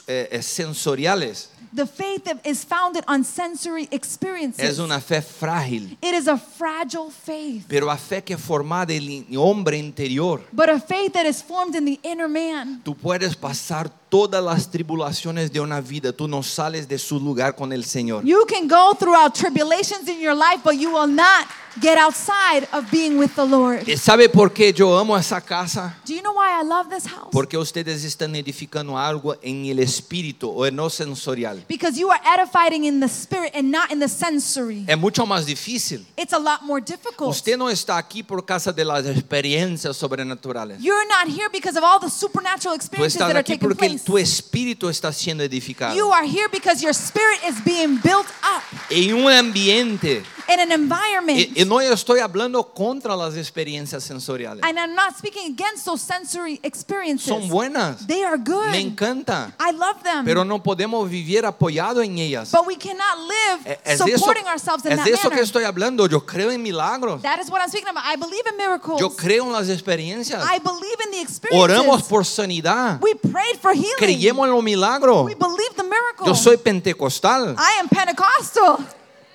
Speaker 2: eh, eh, sensoriales
Speaker 1: The faith that is founded on sensory experiences.
Speaker 2: es una fe frágil,
Speaker 1: It is a fragile faith,
Speaker 2: pero la fe que es formada en el hombre interior.
Speaker 1: but a faith that is formed in the inner man.
Speaker 2: Tú puedes pasar todas las tribulaciones de una vida, tú no sales de su lugar con el Señor.
Speaker 1: You can go throughout tribulations in your life, but you will not get outside of being with the Lord.
Speaker 2: ¿Y ¿Sabe por qué yo amo esa casa?
Speaker 1: Do you know why I love this house?
Speaker 2: Porque ustedes están edificando algo en el espíritu o en lo sensorial.
Speaker 1: Because you are edifying in the spirit and not in the sensory.
Speaker 2: Es mucho más É difícil.
Speaker 1: It's a lot more difficult.
Speaker 2: Usted no está aquí por causa de las experiencias sobrenaturales.
Speaker 1: You're not here because of all the supernatural
Speaker 2: Tú
Speaker 1: experiences
Speaker 2: estás
Speaker 1: that are
Speaker 2: aquí
Speaker 1: taking
Speaker 2: porque
Speaker 1: place.
Speaker 2: tu espíritu está siendo edificado.
Speaker 1: You are here because your spirit is being built up
Speaker 2: En un um ambiente.
Speaker 1: in an
Speaker 2: Y, y
Speaker 1: environment.
Speaker 2: no estoy hablando contra las experiencias sensoriales.
Speaker 1: And I'm not speaking against those sensory
Speaker 2: Son
Speaker 1: experiences.
Speaker 2: buenas.
Speaker 1: They are
Speaker 2: Me
Speaker 1: good.
Speaker 2: encanta.
Speaker 1: I love them.
Speaker 2: Pero no podemos vivir apoyado en ellas.
Speaker 1: But we cannot
Speaker 2: Es-
Speaker 1: live
Speaker 2: E, Es de eso,
Speaker 1: supporting ourselves in
Speaker 2: es
Speaker 1: that
Speaker 2: de eso
Speaker 1: manner.
Speaker 2: é que estoy hablando. Yo creo en milagros.
Speaker 1: That is what I'm speaking about. I believe in miracles.
Speaker 2: Yo creo en las experiencias.
Speaker 1: I believe in the
Speaker 2: Oramos
Speaker 1: experiences.
Speaker 2: por sanidad.
Speaker 1: We prayed for healing.
Speaker 2: Creyemos en los milagros.
Speaker 1: We Ah. believe the miracle.
Speaker 2: Yo soy pentecostal.
Speaker 1: I am Pentecostal.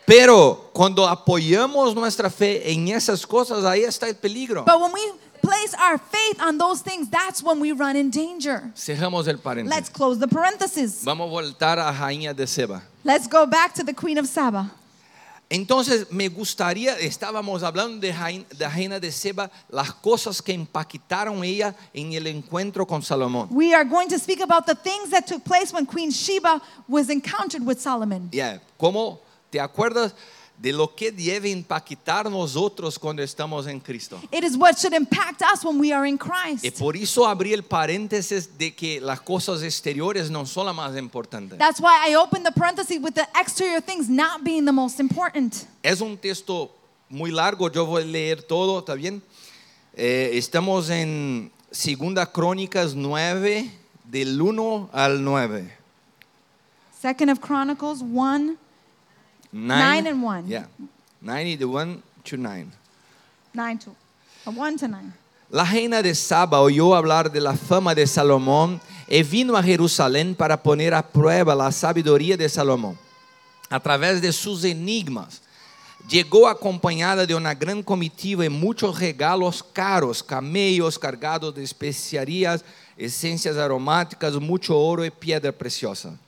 Speaker 2: Pero cuando apoyamos nuestra fe en esas cosas, ahí está el peligro.
Speaker 1: But when we place our faith on those things, that's when we run in danger.
Speaker 2: Cerramos el paréntesis.
Speaker 1: Let's close the parentheses.
Speaker 2: Vamos a voltar a Jaina de Seba.
Speaker 1: Let's go back to the Queen of Saba.
Speaker 2: Entonces me gustaría, estábamos hablando de Jaina de, Jaina de Seba, las cosas que impactaron ella en el encuentro con Salomón.
Speaker 1: We are going to speak about the things that took place when Queen Sheba was encountered with Solomon.
Speaker 2: Yeah. ¿Cómo te acuerdas de lo que debe impactar nosotros cuando estamos en Cristo?
Speaker 1: It is what should impact us when we are in Christ.
Speaker 2: Y por eso abrí el paréntesis de que las cosas exteriores no son las más importantes.
Speaker 1: That's why I opened the parenthesis with the exterior things not being the most important.
Speaker 2: Es un texto muy largo, yo voy a leer todo, ¿está bien? Eh, estamos en Segunda Crónicas 9, del 1 al 9.
Speaker 1: Second of Chronicles 1, Nine and one.
Speaker 2: Yeah. 9 de 1 to 9.
Speaker 1: 9 to uh, 1 to 9.
Speaker 2: La reina de Saba oyó hablar de la fama de Salomón y vino a Jerusalén para poner a prueba la sabiduría de Salomón a través de sus enigmas. Llegó acompañada de una gran comitiva y muchos regalos caros, camellos cargados de especiarías, esencias aromáticas, mucho oro y piedra preciosa.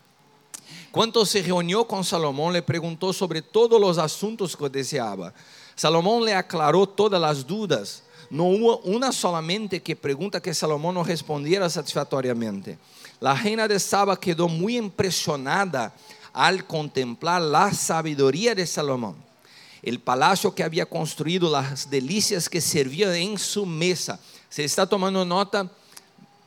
Speaker 2: Cuando se reunió con Salomón, le preguntó sobre todos los asuntos que deseaba. Salomón le aclaró todas las dudas. No hubo una solamente que pregunta que Salomón no respondiera satisfactoriamente. La reina de Saba quedó muy impresionada al contemplar la sabiduría de Salomón. El palacio que había construido, las delicias que servía en su mesa. Se está tomando nota,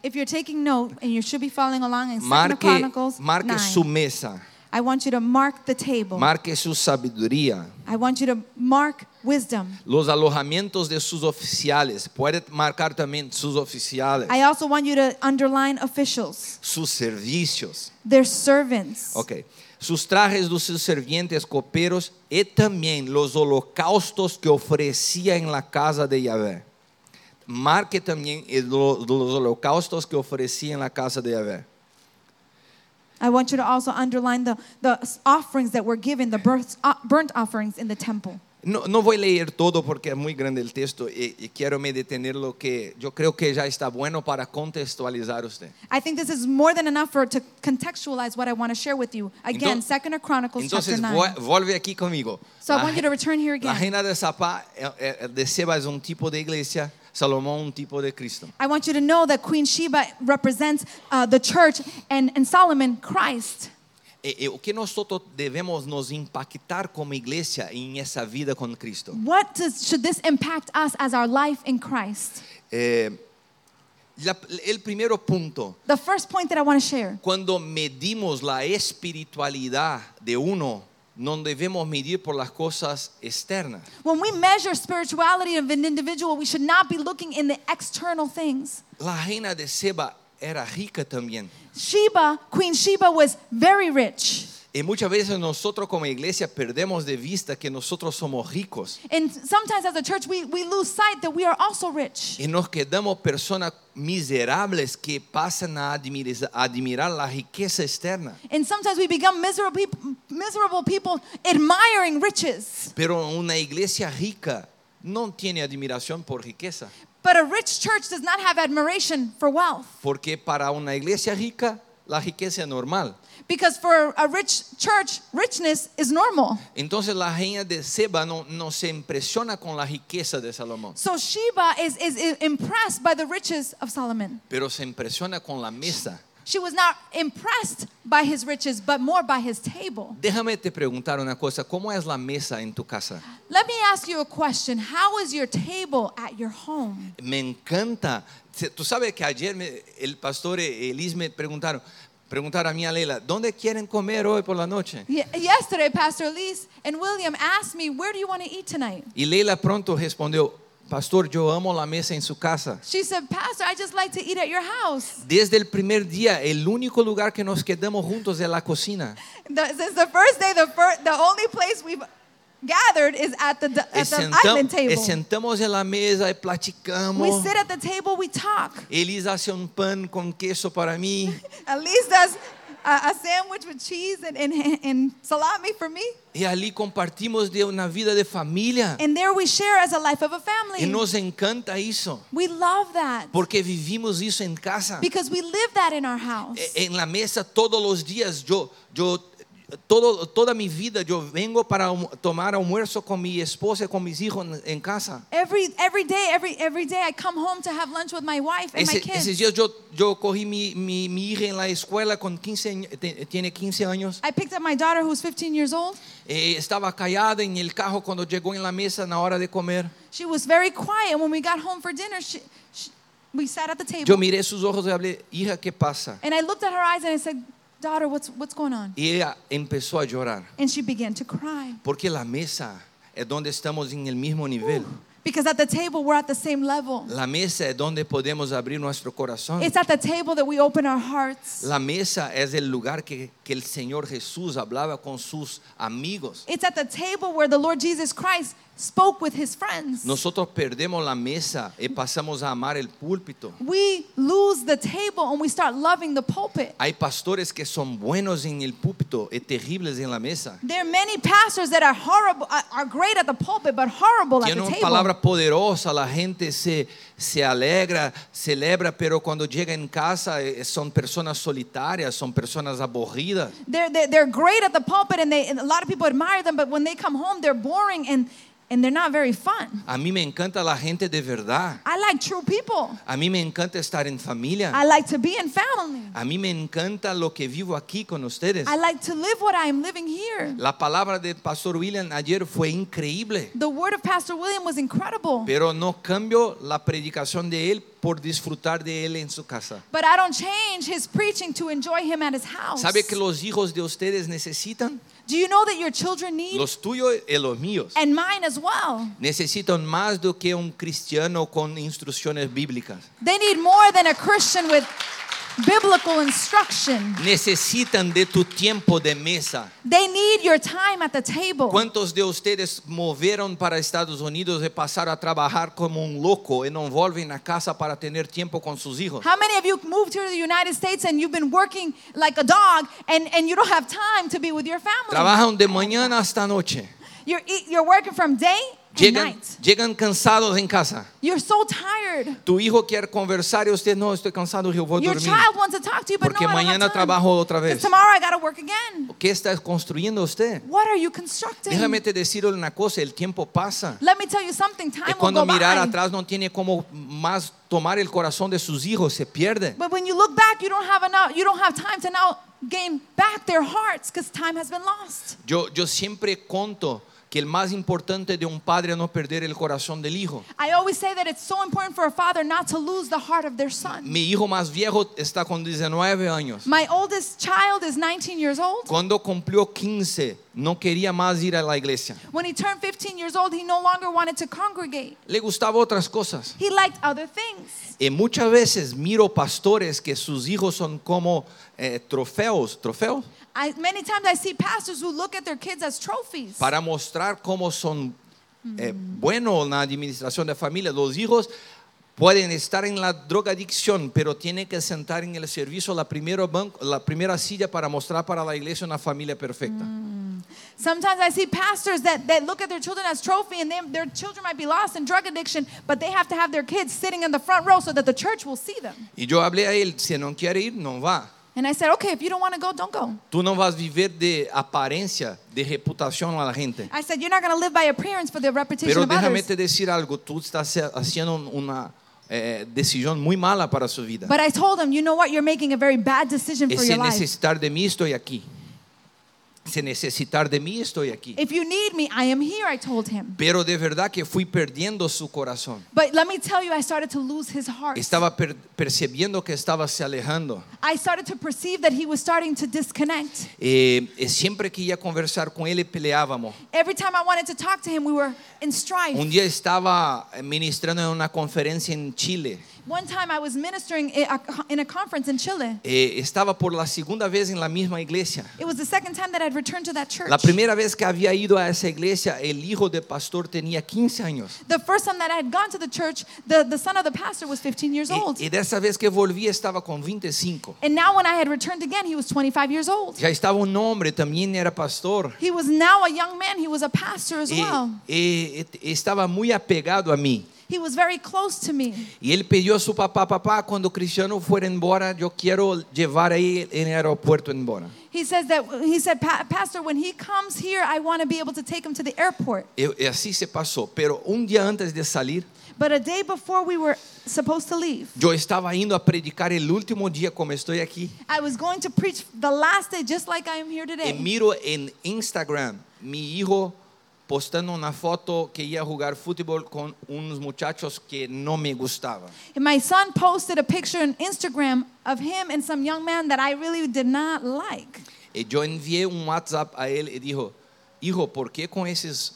Speaker 1: If you're taking note, and you should be following along in Second of
Speaker 2: marque,
Speaker 1: Chronicles
Speaker 2: marque
Speaker 1: 9,
Speaker 2: su mesa.
Speaker 1: I want you to mark the table.
Speaker 2: Marque su sabiduría.
Speaker 1: I want you to mark wisdom.
Speaker 2: Los alojamientos de sus oficiales. Puede marcar también sus oficiales.
Speaker 1: I also want you to underline officials,
Speaker 2: Sus servicios.
Speaker 1: their servants,
Speaker 2: Ok. Sus trajes dos sus servientes coperos y también los holocaustos que ofrecía en la casa de Yahvé. Marque también el- los holocaustos que ofrecía en la casa de Yahvé.
Speaker 1: I want you to also underline the, the offerings that were given, the burnt, uh, burnt offerings in the temple.
Speaker 2: No, no voy a leer todo porque es muy grande el texto y, y quiero me detener lo que yo creo que ya está bueno para contextualizar usted.
Speaker 1: I think this is more than enough for to contextualize what I want to share with you. Again,
Speaker 2: Enton-
Speaker 1: Second of Chronicles
Speaker 2: Entonces
Speaker 1: chapter nine.
Speaker 2: vuel- vuelve aquí conmigo.
Speaker 1: so I
Speaker 2: La
Speaker 1: want you to return here
Speaker 2: La
Speaker 1: again.
Speaker 2: reina de Sapa, eh, eh, de Seba es un tipo de iglesia, Salomón un tipo de Cristo.
Speaker 1: I want you to know that Queen Sheba represents uh, the church and, and Solomon Christ.
Speaker 2: eh, eh, o que nós todo- devemos nos impactar como igreja em essa vida com Cristo?
Speaker 1: What does, should this impact us as our life in Christ?
Speaker 2: Eh, la- el primeiro ponto,
Speaker 1: The first point that I want to share
Speaker 2: quando medimos a espiritualidade de uno, não devemos medir por las coisas externas.
Speaker 1: when we measure spirituality of an individual, we should not be looking in the external things.
Speaker 2: La reina de Seba era rica também.
Speaker 1: Sheba, Queen Sheba, was very rich.
Speaker 2: E muitas vezes nós como igreja perdemos de vista que nós somos ricos
Speaker 1: And sometimes as a church, we, we lose sight that we are also rich.
Speaker 2: e nos quedamos pessoas miseráveis que passam a admirar, admirar a riqueza externa.
Speaker 1: And sometimes we become miserable, peop- miserable people admiring riches.
Speaker 2: Pero uma igreja rica não tem admiração por riqueza,
Speaker 1: But a rich church does not have admiration for wealth.
Speaker 2: porque para uma igreja rica a riqueza é normal.
Speaker 1: Because for a rich church, richness is normal.
Speaker 2: Então a rainha de Seba não, não se impressiona com a riqueza de Salomão,
Speaker 1: So Sheba is, is impressed by the riches of Solomon.
Speaker 2: pero se impressiona com a mesa.
Speaker 1: She was not impressed by his riches, but more by his table.
Speaker 2: Déjame te perguntar uma coisa, como é a mesa em tu casa?
Speaker 1: Let me ask you a question. How is your table at your home?
Speaker 2: Me encanta. Se- Tú sabes que ayer me- el pastor Elis me preguntaron, preguntaron a mí a Leila, ¿dónde quieren comer hoy por la noche?
Speaker 1: Ye- Yesterday, Pastor Elise and William asked me, Where do you want to eat tonight?
Speaker 2: Y Leila pronto respondió, pastor, yo amo la mesa en su casa.
Speaker 1: She said, Pastor, I just like to eat at your house.
Speaker 2: Desde el primer día, el único lugar que nos quedamos juntos es la cocina.
Speaker 1: The- since the first day, the, fir- the only place we've gathered is at the,
Speaker 2: Y
Speaker 1: at the
Speaker 2: sentam-
Speaker 1: island
Speaker 2: y
Speaker 1: table.
Speaker 2: sentamos en la mesa
Speaker 1: We
Speaker 2: y platicamos.
Speaker 1: sit at the table, we talk.
Speaker 2: Elis hace un pan con queso para mí.
Speaker 1: Elise does a, a sandwich with cheese and, and, and salami for me.
Speaker 2: Y allí compartimos de una vida de familia.
Speaker 1: And there we share as a life of a
Speaker 2: Y
Speaker 1: family.
Speaker 2: nos encanta eso,
Speaker 1: We love that
Speaker 2: porque vivimos isso en casa.
Speaker 1: because we live that in our house.
Speaker 2: en la mesa todos los días yo yo todo, toda mi vida yo vengo para alm- tomar almuerzo con mi esposa y con mis hijos en, en casa.
Speaker 1: Every every day, every every day, I come home to have lunch with my wife and my
Speaker 2: Ese,
Speaker 1: kids.
Speaker 2: ese día yo, yo cogí mi, mi, mi hija en la escuela con 15, añ- te- tiene 15 años.
Speaker 1: I picked up my daughter who's 15 years old.
Speaker 2: Eh, estaba callada en el carro cuando llegó en la mesa na hora de comer.
Speaker 1: She was very quiet. When we got home for dinner, she, she, we sat at the table
Speaker 2: Yo miré sus ojos y hablé, hija, ¿qué pasa?
Speaker 1: and I looked at her eyes and I said, "Daughter, what's what's going on?"
Speaker 2: Y ella empezó a llorar,
Speaker 1: And she began to cry
Speaker 2: porque la mesa es donde estamos en el mismo nivel.
Speaker 1: because at the table we're at the same level.
Speaker 2: La mesa es donde podemos abrir nuestro corazón.
Speaker 1: It's at the table that we open our hearts.
Speaker 2: La mesa es el lugar que, que el Señor Jesús hablaba con sus amigos.
Speaker 1: It's at the table where the Lord Jesus Christ spoke with his friends.
Speaker 2: Nosotros perdemos la mesa y pasamos a amar el púlpito.
Speaker 1: We lose the table and we start loving the pulpit.
Speaker 2: Hay pastores que son buenos en el púlpito y terribles en la mesa.
Speaker 1: There are many pastors that are horrible, are- are great at the pulpit, but horrible at the
Speaker 2: Tiene una
Speaker 1: table.
Speaker 2: palabra poderosa, la gente se, se alegra, celebra, pero cuando llega en casa eh, son personas solitarias, son personas aburridas.
Speaker 1: They're, they're, they're great at the pulpit, and, they, and a lot of people admire them, but when they come home, they're boring and, and they're not very fun.
Speaker 2: A mí me encanta la gente de verdad.
Speaker 1: I like true people.
Speaker 2: A mí me encanta estar en familia.
Speaker 1: I like to be in family.
Speaker 2: A mí me encanta lo que vivo aquí con ustedes.
Speaker 1: I like to live what I am living here.
Speaker 2: La palabra del pastor William ayer fue increíble,
Speaker 1: The word of Pastor William was incredible,
Speaker 2: pero no cambio la predicación de él por disfrutar de él en su casa.
Speaker 1: but I don't change his preaching to enjoy him at his house.
Speaker 2: ¿Sabe que los hijos de ustedes necesitan?
Speaker 1: Do you know that your children need,
Speaker 2: Los tuyos y los míos.
Speaker 1: and mine as well?
Speaker 2: Necesitan más do que un cristiano con instrucciones bíblicas.
Speaker 1: They need more than a Christian with biblical instruction.
Speaker 2: Necesitan de tu tiempo de mesa.
Speaker 1: They need your time at the table.
Speaker 2: ¿Cuántos de ustedes moveram para Estados Unidos y pasaram a trabajar como un loco y no vuelven a casa para tener tiempo con sus hijos?
Speaker 1: How many of you moved here to the United States and you've been working like a dog and, and you don't have time to be with your family?
Speaker 2: Trabajan de mañana hasta noche.
Speaker 1: You're, eat- you're working from day at
Speaker 2: Llegan,
Speaker 1: night.
Speaker 2: llegan cansados en casa.
Speaker 1: You're so tired.
Speaker 2: Tu hijo quiere conversar y usted no, estoy cansado, yo voy a
Speaker 1: Your
Speaker 2: dormir.
Speaker 1: child wants to talk to you, but
Speaker 2: Porque
Speaker 1: no, I don't
Speaker 2: mañana
Speaker 1: have time.
Speaker 2: trabajo otra
Speaker 1: 'Cause
Speaker 2: vez.
Speaker 1: tomorrow I got to work again.
Speaker 2: ¿Qué está construyendo usted?
Speaker 1: What are you constructing?
Speaker 2: Déjame te decir una cosa, el tiempo pasa.
Speaker 1: Let me tell you something. Time
Speaker 2: Y
Speaker 1: will go
Speaker 2: cuando mirar
Speaker 1: by.
Speaker 2: atrás no tiene como más tomar el corazón de sus hijos, se pierde.
Speaker 1: But when you look back, you don't have enough. You don't have time to now gain back their hearts because time has been lost.
Speaker 2: Yo, yo siempre conto que el más importante de un padre es no perder el corazón del hijo.
Speaker 1: I always say that it's so important for a father not to lose the heart of their son.
Speaker 2: Mi hijo más viejo está con 19 años.
Speaker 1: My oldest child is 19 years old.
Speaker 2: Cuando cumplió 15, no quería más ir a la iglesia.
Speaker 1: When he turned 15 years old, he no longer wanted to congregate.
Speaker 2: Le gustaba otras cosas.
Speaker 1: He liked other things.
Speaker 2: Y Eh, muchas veces miro pastores que sus hijos son como eh, trofeos, trofeos,
Speaker 1: I, many times I see pastors who look at their kids as trophies
Speaker 2: para mostrar cómo son eh, buenos en la administración de familia. Los hijos pueden estar en la drogadicción, pero tienen que sentar en el servicio la primera, banco- la primera silla para mostrar para la iglesia una familia perfecta.
Speaker 1: Sometimes I see pastors that, that look at their children as trophy and they, their children might be lost in drug addiction, but they have to have their kids sitting in the front row so that the church will see them.
Speaker 2: Y yo hablé a él, si no quiere ir, no va.
Speaker 1: And I said, okay, if you don't want to go, don't go.
Speaker 2: Tú no vas a vivir de apariencia, de reputación a la gente.
Speaker 1: I said, you're not going to live by appearance for the reputation
Speaker 2: Pero
Speaker 1: of
Speaker 2: déjame
Speaker 1: others.
Speaker 2: te decir algo, tú estás ha- haciendo una eh, decisión muy mala para su vida.
Speaker 1: But I told him, you know what? You're making a very bad decision for
Speaker 2: Ese
Speaker 1: your life.
Speaker 2: necesitar de mí estoy aquí. Se necesitar de mí estoy aquí.
Speaker 1: If you need me, I am here, I told him.
Speaker 2: Pero de verdad que fui perdiendo su corazón.
Speaker 1: But let me tell you, I started to lose his heart.
Speaker 2: Estaba per- percibiendo que estaba se alejando.
Speaker 1: I started to perceive that he was starting to disconnect.
Speaker 2: Eh, eh, siempre que iba a conversar con él peleábamos.
Speaker 1: Every time I wanted to talk to him, we were in strife.
Speaker 2: Un día estaba ministrando en una conferencia en Chile.
Speaker 1: One time I was ministering in a, in a conference in Chile.
Speaker 2: Eh, estaba por la segunda vez en la misma iglesia.
Speaker 1: It was the second time that I'd returned to that church.
Speaker 2: La primera vez que había ido a esa iglesia, el hijo del pastor tenía 15 años.
Speaker 1: the first time that I had gone to the church, the, the son of the pastor was 15 years old.
Speaker 2: Y, y de esa vez que volví estaba con 25.
Speaker 1: and now when I had returned again, he was 25 years old.
Speaker 2: Ya estaba un hombre, también era pastor.
Speaker 1: He was now a young man. He was a pastor as
Speaker 2: Y,
Speaker 1: well.
Speaker 2: y- y estaba muy apegado a mí.
Speaker 1: He was very close to me.
Speaker 2: Y él pidió a su papá, papá, cuando Cristiano fuera embora, yo quiero llevar ahí en el aeropuerto embora.
Speaker 1: He says that he said, "Pa- Pastor, when he comes here, I want to be able to take him to the airport.
Speaker 2: Y, y así se pasó. Pero un día antes de salir,
Speaker 1: But a day before we were supposed to leave,
Speaker 2: yo estaba indo a predicar el último día como estoy aquí.
Speaker 1: I was going to preach the last day, just like I am here today.
Speaker 2: Y miro en Instagram mi hijo postando una foto que iba a jugar fútbol con unos muchachos que no me gustaban.
Speaker 1: And my son posted a picture on Instagram of him and some young man that I really did not like.
Speaker 2: Y yo envié un WhatsApp a él y dijo, hijo, ¿por qué con esos,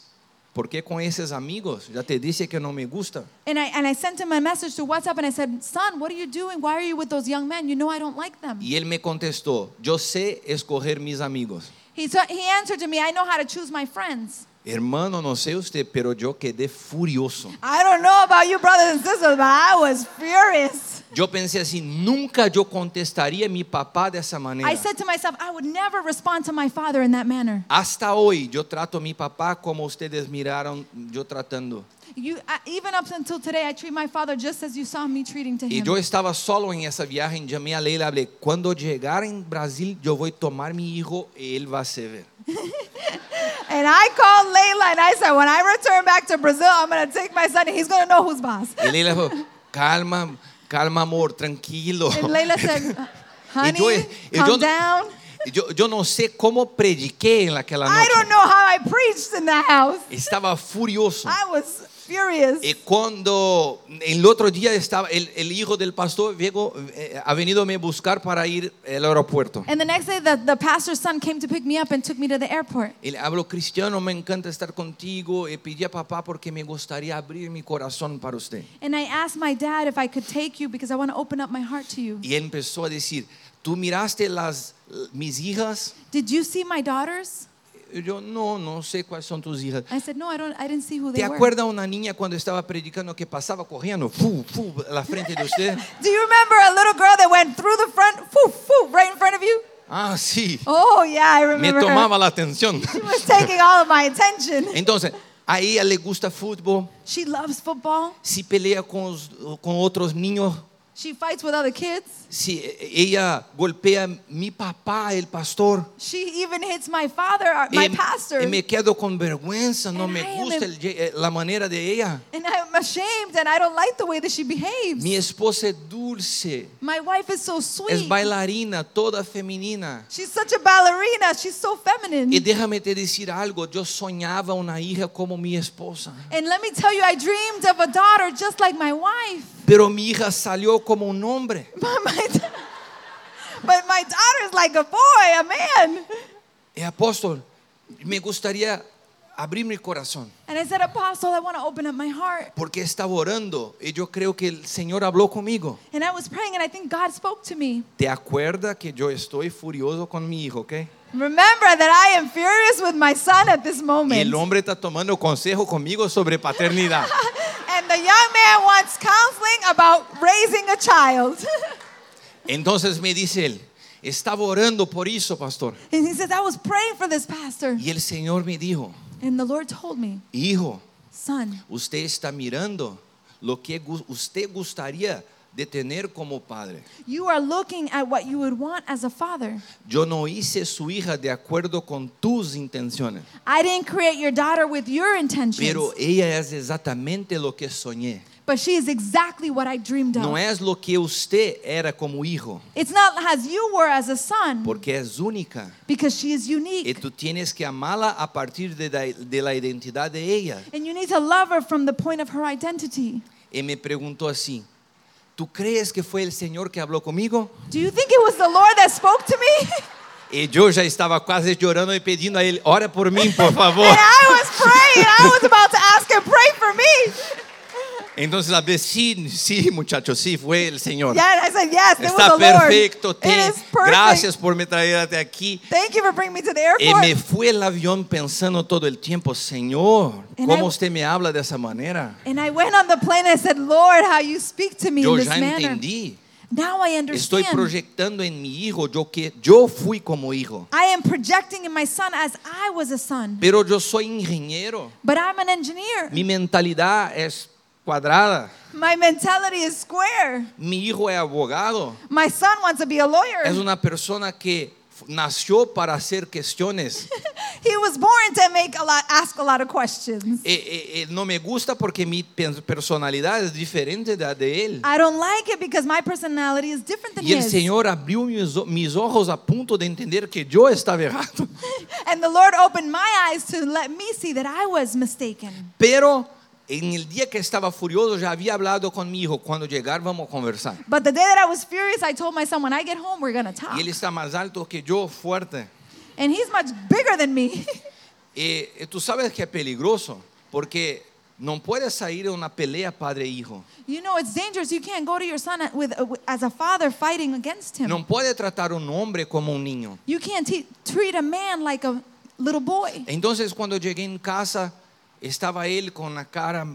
Speaker 2: por qué con esos amigos? Ya te dije que no me gusta.
Speaker 1: And I, and I sent him a message to WhatsApp and I said, Son, what are you doing? Why are you with those young men? You know I don't like them.
Speaker 2: Y él me contestó, yo sé escoger mis amigos.
Speaker 1: He, t- he answered to me, I know how to choose my friends.
Speaker 2: Hermano, no sé usted, pero yo quedé furioso.
Speaker 1: I don't know about you, brothers and sisters, but I was furious.
Speaker 2: Yo pensé así, nunca yo contestaría a mi papá de esa manera.
Speaker 1: I said to myself, I would never respond to my father in that manner.
Speaker 2: Hasta hoy yo trato a mi papá como ustedes miraron yo tratando.
Speaker 1: You, I, even up until today, I treat my father just as you saw me treating to
Speaker 2: Y
Speaker 1: him.
Speaker 2: yo estaba solo en esa viaje, llamé a Leila, hablé, cuando llegar en Brasil yo voy a tomar mi hijo y él va a se ver.
Speaker 1: And I called Layla and I said, when I return back to Brazil, I'm going to take my son and he's going to know who's boss.
Speaker 2: Y Leila dijo, calma, calma amor, tranquilo.
Speaker 1: And Layla said, honey,
Speaker 2: yo- y
Speaker 1: calm
Speaker 2: yo-
Speaker 1: down.
Speaker 2: Y Yo, yo no sé cómo prediqué en aquella
Speaker 1: I don't
Speaker 2: noche.
Speaker 1: know how I preached in the house.
Speaker 2: Estaba furioso.
Speaker 1: I was furious.
Speaker 2: Y cuando el otro día estaba, el, el hijo del pastor llegó, eh, ha venido a me buscar para ir al aeropuerto.
Speaker 1: and the next day, the, the pastor's son came to pick me up and took me to the airport.
Speaker 2: Y le hablo, Cristiano, me encanta estar contigo. Y pedí a papá porque me gustaría abrir mi corazón para usted.
Speaker 1: And I asked my dad if I could take you because I want to open up my heart to you.
Speaker 2: Y él empezó a decir, ¿tú miraste las, mis hijas?
Speaker 1: Did you see my daughters?
Speaker 2: Y yo, no, no sé cuáles son tus hijas.
Speaker 1: I said, no, I, don't, I didn't see who they
Speaker 2: ¿Te
Speaker 1: were.
Speaker 2: acuerdas una niña cuando estaba predicando que pasaba corriendo fu, fu, a la frente de usted?
Speaker 1: Do you remember a little girl that went through the front, foo, foo, right in front of you?
Speaker 2: Ah, sí,
Speaker 1: Oh, yeah, I
Speaker 2: me
Speaker 1: remember her.
Speaker 2: tomaba la atención.
Speaker 1: She was taking all of my attention.
Speaker 2: Entonces, A ella le gusta fútbol,
Speaker 1: She loves football.
Speaker 2: si pelea con, os- con otros niños,
Speaker 1: She fights with other kids.
Speaker 2: si e, ella golpea a mi papá, el pastor.
Speaker 1: She even hits my father, our- my
Speaker 2: y,
Speaker 1: pastor.
Speaker 2: y me quedo con vergüenza, no
Speaker 1: And
Speaker 2: me
Speaker 1: I am
Speaker 2: gusta el ye- eh, la manera de ella.
Speaker 1: And I'm ashamed and I don't like the way that she behaves.
Speaker 2: Mi esposa es dulce,
Speaker 1: My wife is so
Speaker 2: es
Speaker 1: sweet.
Speaker 2: bailarina, toda femenina.
Speaker 1: She's such a ballerina. She's so feminine.
Speaker 2: Y déjame te decir algo, yo soñaba una hija como mi esposa,
Speaker 1: And let me tell you, I dreamed of a daughter just like my wife.
Speaker 2: pero mi hija salió como un hombre.
Speaker 1: But my, but my daughter is like a boy, a man.
Speaker 2: Y Eh, apóstol, me gustaría abrir mi corazón,
Speaker 1: And I said, Apostle, I want to open up my heart.
Speaker 2: porque estaba orando y yo creo que el Señor habló conmigo.
Speaker 1: And I was praying, and I think God spoke to me.
Speaker 2: Te acuerda que yo estoy furioso con mi hijo, ¿ok?
Speaker 1: Remember that I am furious with my son at this
Speaker 2: Y
Speaker 1: moment.
Speaker 2: el hombre está tomando consejo conmigo sobre paternidad.
Speaker 1: And the young man wants counseling about raising a child.
Speaker 2: Entonces me dice él, estaba orando por eso, pastor.
Speaker 1: and he says, I was praying for this pastor.
Speaker 2: Y el Señor me dijo,
Speaker 1: And the Lord told me,
Speaker 2: hijo,
Speaker 1: Son,
Speaker 2: usted está mirando lo que gu- usted gustaría de tener como padre.
Speaker 1: you are looking at what you would want as a father.
Speaker 2: Yo no hice su hija de acuerdo con tus intenciones,
Speaker 1: I didn't create your daughter with your intentions,
Speaker 2: pero ella es exactamente lo que soñé.
Speaker 1: but she is exactly what I dreamed of.
Speaker 2: No es lo que usted era como hijo,
Speaker 1: It's not as you were as a son,
Speaker 2: porque es única.
Speaker 1: because she is unique.
Speaker 2: Y tú tienes que amarla a partir de la, de la identidad de ella.
Speaker 1: and you need to love her from the point of her identity.
Speaker 2: Y me preguntó así, ¿tú crees que fue el Señor que habló conmigo?
Speaker 1: Do you think it was the Lord that spoke to me?
Speaker 2: E eu já estava quase chorando e pedindo a ele, ora por mim, por favor.
Speaker 1: and I was praying. I was about to ask him, pray for me.
Speaker 2: Então a vez, sim, sim, muchacho, sim, foi o Senhor.
Speaker 1: Yeah, and I said, yes, it was the
Speaker 2: Está perfeito,
Speaker 1: Lord.
Speaker 2: te,
Speaker 1: It is perfect.
Speaker 2: graças por me trazer até aqui.
Speaker 1: Thank you for bringing me to the
Speaker 2: E
Speaker 1: airport.
Speaker 2: me fui el avião pensando todo o tempo, Senhor,
Speaker 1: And
Speaker 2: como
Speaker 1: I-
Speaker 2: você me habla dessa maneira?
Speaker 1: and I went on the plane and I said, Lord, how you speak to me
Speaker 2: Eu
Speaker 1: in this
Speaker 2: já
Speaker 1: manner.
Speaker 2: entendi.
Speaker 1: Now I
Speaker 2: Estou
Speaker 1: understand.
Speaker 2: projetando em meu hijo o que eu fui como hijo.
Speaker 1: I am projecting in my son as I was a son.
Speaker 2: Pero eu sou engenheiro.
Speaker 1: But I'm an engineer.
Speaker 2: Mi mentalidad es cuadrada.
Speaker 1: My mentality is square.
Speaker 2: Mi hijo es abogado.
Speaker 1: My son wants to be a lawyer.
Speaker 2: Es una persona que f- nació para hacer cuestiones.
Speaker 1: He was born to make a lot, ask a lot of questions.
Speaker 2: Eh, eh, eh, no me gusta porque mi pen- personalidad es diferente de, la de él.
Speaker 1: I don't like it because my personality is different than
Speaker 2: Y el
Speaker 1: his.
Speaker 2: Señor abrió mis, o- mis ojos a punto de entender que yo estaba errado.
Speaker 1: And the Lord opened my eyes to let me see that I was mistaken.
Speaker 2: Pero en el día que estaba furioso ya había hablado con mi hijo. Cuando llegar vamos a conversar.
Speaker 1: But the day that I was furious, I told my son, when I get home, we're going to talk.
Speaker 2: Y él está más alto que yo, fuerte.
Speaker 1: And he's much bigger than me.
Speaker 2: Eh, eh, tú sabes que es peligroso porque no puedes salir a una pelea padre e hijo.
Speaker 1: you know, it's dangerous. You can't go to your son with, uh, as a father fighting against him.
Speaker 2: No puede tratar un hombre como un niño.
Speaker 1: You can't te- treat a man like a little boy.
Speaker 2: Entonces cuando llegué en casa estaba él con la cara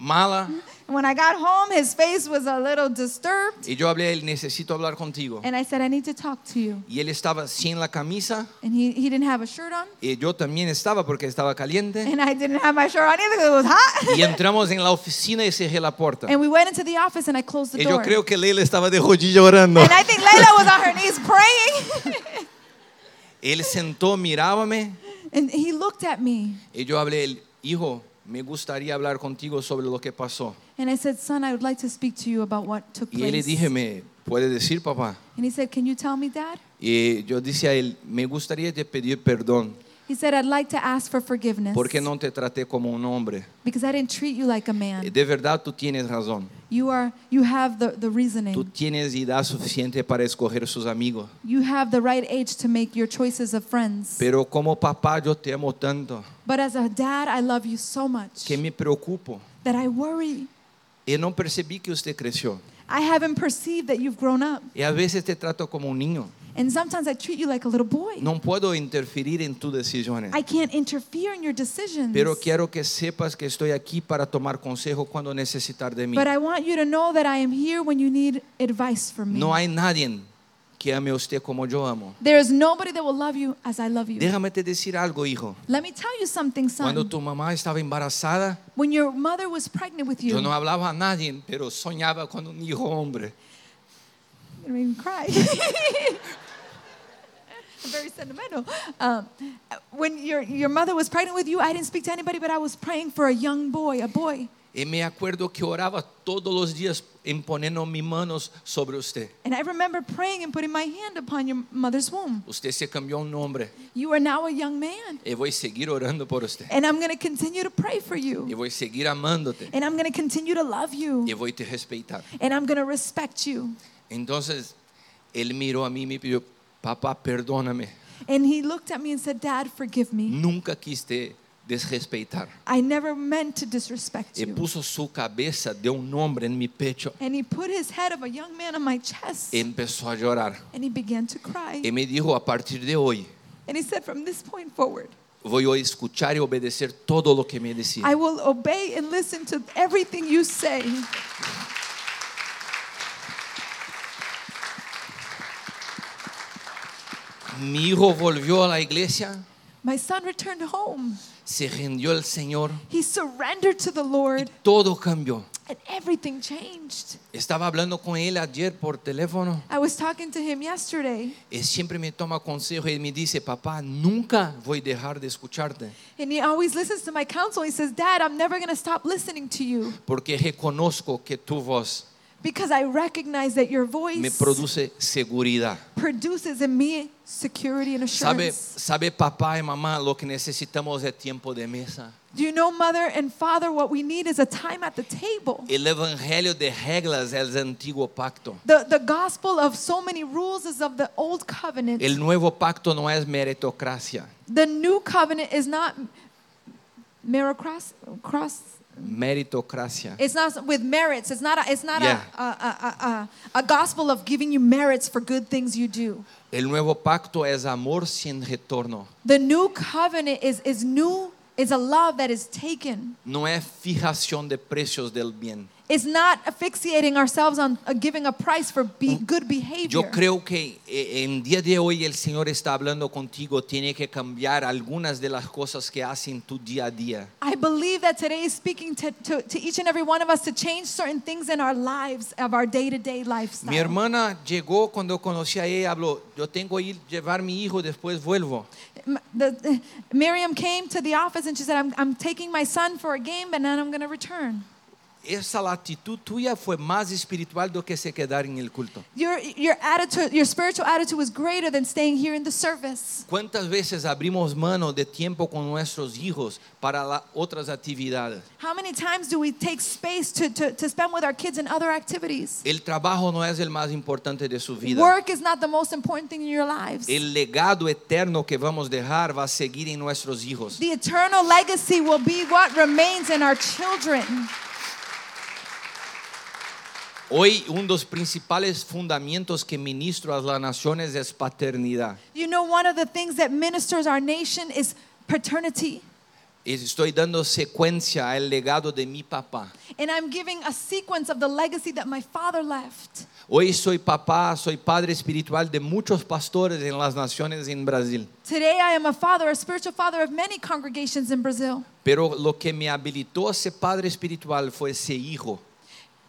Speaker 2: mala
Speaker 1: When I got home, his face was a little disturbed,
Speaker 2: y yo hablé a él necesito hablar contigo.
Speaker 1: and I said, I need to talk to you.
Speaker 2: Y él estaba sin la camisa
Speaker 1: And he, he didn't have a shirt on,
Speaker 2: y yo también estaba porque estaba caliente.
Speaker 1: and I didn't have my shirt on either because it was hot.
Speaker 2: Y entramos en la oficina y cerré la puerta.
Speaker 1: And we went into the office, and I closed the
Speaker 2: Y yo
Speaker 1: door.
Speaker 2: creo que Leila estaba de rodillas orando.
Speaker 1: And I think Layla was on her knees praying,
Speaker 2: Él sentó, mirábame
Speaker 1: and he looked at me,
Speaker 2: y yo hablé, él, hijo, me gustaría hablar contigo sobre lo que pasó.
Speaker 1: and I said, Son, I would like to speak to you about what took
Speaker 2: Y él le
Speaker 1: place.
Speaker 2: dije, ¿me puede decir papá?
Speaker 1: And he said, Can you tell me, Dad?
Speaker 2: Y yo dije a él, me gustaría te pedir perdón
Speaker 1: He said, I'd like to ask for forgiveness
Speaker 2: porque no te traté como un hombre.
Speaker 1: because I didn't treat you like a man.
Speaker 2: De verdad tú tienes razón.
Speaker 1: You are you have the, the reasoning.
Speaker 2: Tú tienes edad suficiente para escoger sus amigos.
Speaker 1: You have the right age to make your choices of friends.
Speaker 2: Pero como papá yo te amo tanto
Speaker 1: But as a dad, I love you so much
Speaker 2: que me preocupo.
Speaker 1: that I worry.
Speaker 2: Y no percibí que usted creció.
Speaker 1: I haven't perceived that you've grown up.
Speaker 2: Y a veces te trato como un niño.
Speaker 1: And sometimes I treat you like a little boy.
Speaker 2: No puedo interferir en tus decisiones.
Speaker 1: I can't interfere in your decisions.
Speaker 2: Pero quiero que sepas que estoy aquí para tomar consejo cuando necesitar de mí.
Speaker 1: but I want you to know that I am here when you need advice from me.
Speaker 2: No hay nadie que ame a usted como yo amo.
Speaker 1: There is nobody that will love you as I love you.
Speaker 2: Déjame te decir algo, hijo.
Speaker 1: Let me tell you something, son.
Speaker 2: Cuando tu mamá estaba embarazada,
Speaker 1: when your mother was pregnant with you,
Speaker 2: yo no hablaba a nadie, pero soñaba con un hijo hombre.
Speaker 1: It made me cry. I'm very sentimental. Um, when your, your mother was pregnant with you, I didn't speak to anybody, but I was praying for a young boy, a boy.
Speaker 2: Y me acuerdo que oraba todos los días imponiendo mis manos sobre usted.
Speaker 1: And I remember praying and putting my hand upon your mother's womb.
Speaker 2: Usted se cambió un nombre.
Speaker 1: You are now a young man.
Speaker 2: Y voy a seguir orando por usted.
Speaker 1: And I'm going to continue to pray for
Speaker 2: Y
Speaker 1: you.
Speaker 2: voy a seguir amándote.
Speaker 1: And I'm going to continue to love
Speaker 2: Y
Speaker 1: you.
Speaker 2: voy a te respetar.
Speaker 1: And I'm going to respect you.
Speaker 2: Entonces, él miró a mí y me pidió, papá, perdóname.
Speaker 1: And he looked at me and said, Dad, forgive me.
Speaker 2: Nunca quise desrespeitar.
Speaker 1: I never meant to disrespect
Speaker 2: E
Speaker 1: you.
Speaker 2: puso su cabeça de um homem em meu pecho
Speaker 1: And he put his head of a young man on my chest.
Speaker 2: e começou a chorar.
Speaker 1: And he began to cry.
Speaker 2: E me disse: a partir de hoje,
Speaker 1: And he said, From this point forward,
Speaker 2: vou escutar e obedecer todo o que me
Speaker 1: I
Speaker 2: dizia.
Speaker 1: will obey and listen to everything you say.
Speaker 2: Mi hijo volvió a la iglesia,
Speaker 1: My son returned home.
Speaker 2: se rindió al Senhor,
Speaker 1: He surrendered to the Lord,
Speaker 2: todo cambiou.
Speaker 1: and everything changed.
Speaker 2: Estava falando com ele ayer por telefone
Speaker 1: I was talking to him yesterday,
Speaker 2: e sempre me toma conselho e me disse: Papá, nunca vou deixar de escucharte,
Speaker 1: and he always listens to my counsel. He says, Dad, I'm never going to stop listening to you
Speaker 2: porque reconozco que tu voz
Speaker 1: because I recognize that your
Speaker 2: me
Speaker 1: voice
Speaker 2: produz segurança.
Speaker 1: produces in me security and
Speaker 2: Sabe,
Speaker 1: assurance.
Speaker 2: sabe papá e mamá, lo que necesitamos é tempo de mesa.
Speaker 1: Do you know, Mother and Father, what we need is a time at the table?
Speaker 2: O evangelho de regras é o antigo pacto.
Speaker 1: The, the gospel of so many rules is of the old covenant.
Speaker 2: O novo pacto não é meritocracia,
Speaker 1: The new covenant is not merocross cross.
Speaker 2: meritocracia.
Speaker 1: It's not with merits. It's not. A, it's not
Speaker 2: Yeah.
Speaker 1: a, a, a, a, a gospel of giving you merits for good things you do.
Speaker 2: O novo pacto é amor sem retorno.
Speaker 1: The new covenant is is new. Is a love that is taken.
Speaker 2: Não é fijação de preços del bem.
Speaker 1: It's not asphyxiating ourselves on uh, giving a price for be,
Speaker 2: Mm.
Speaker 1: good
Speaker 2: Eu
Speaker 1: behavior.
Speaker 2: creio que eh, em dia de hoje o Senhor está falando contigo. Tiene que cambiar algumas de las coisas que haces em tu dia a dia.
Speaker 1: I believe that today is speaking to, to, to each and every one of us to change certain things in our lives, of our day to day lifestyle.
Speaker 2: Mi hermana llegó cuando conocí a ella, habló, yo tengo que ir llevar mi hijo, después vuelvo.
Speaker 1: M- the, Miriam came to the office and she said, I'm, I'm taking my son for a game and then I'm going to return.
Speaker 2: Esa actitud tuya fue más espiritual do que se quedar en el culto.
Speaker 1: Your, your, attitude, your spiritual attitude was greater than staying here in the service.
Speaker 2: ¿Cuántas veces abrimos mano de tiempo con nuestros hijos para la- otras actividades?
Speaker 1: How many times do we take space to, to, to spend with our kids in other activities?
Speaker 2: El trabajo no es el más importante de su vida.
Speaker 1: Work is not the most important thing in your lives.
Speaker 2: El legado eterno que vamos a dejar va a seguir en nuestros hijos.
Speaker 1: The eternal legacy will be what remains in our children.
Speaker 2: Hoy uno de los principales fundamentos que ministro a las naciones es paternidad.
Speaker 1: You know, one of the things that ministers our nation is paternity.
Speaker 2: Estoy dando secuencia al legado de mi papá.
Speaker 1: And I'm giving a sequence of the legacy that my father left.
Speaker 2: Hoy soy papá, soy padre espiritual de muchos pastores en las naciones en Brasil.
Speaker 1: Today I am a father, a spiritual father of many congregations in Brazil.
Speaker 2: Pero lo que me habilitó a ser padre espiritual fue ese hijo.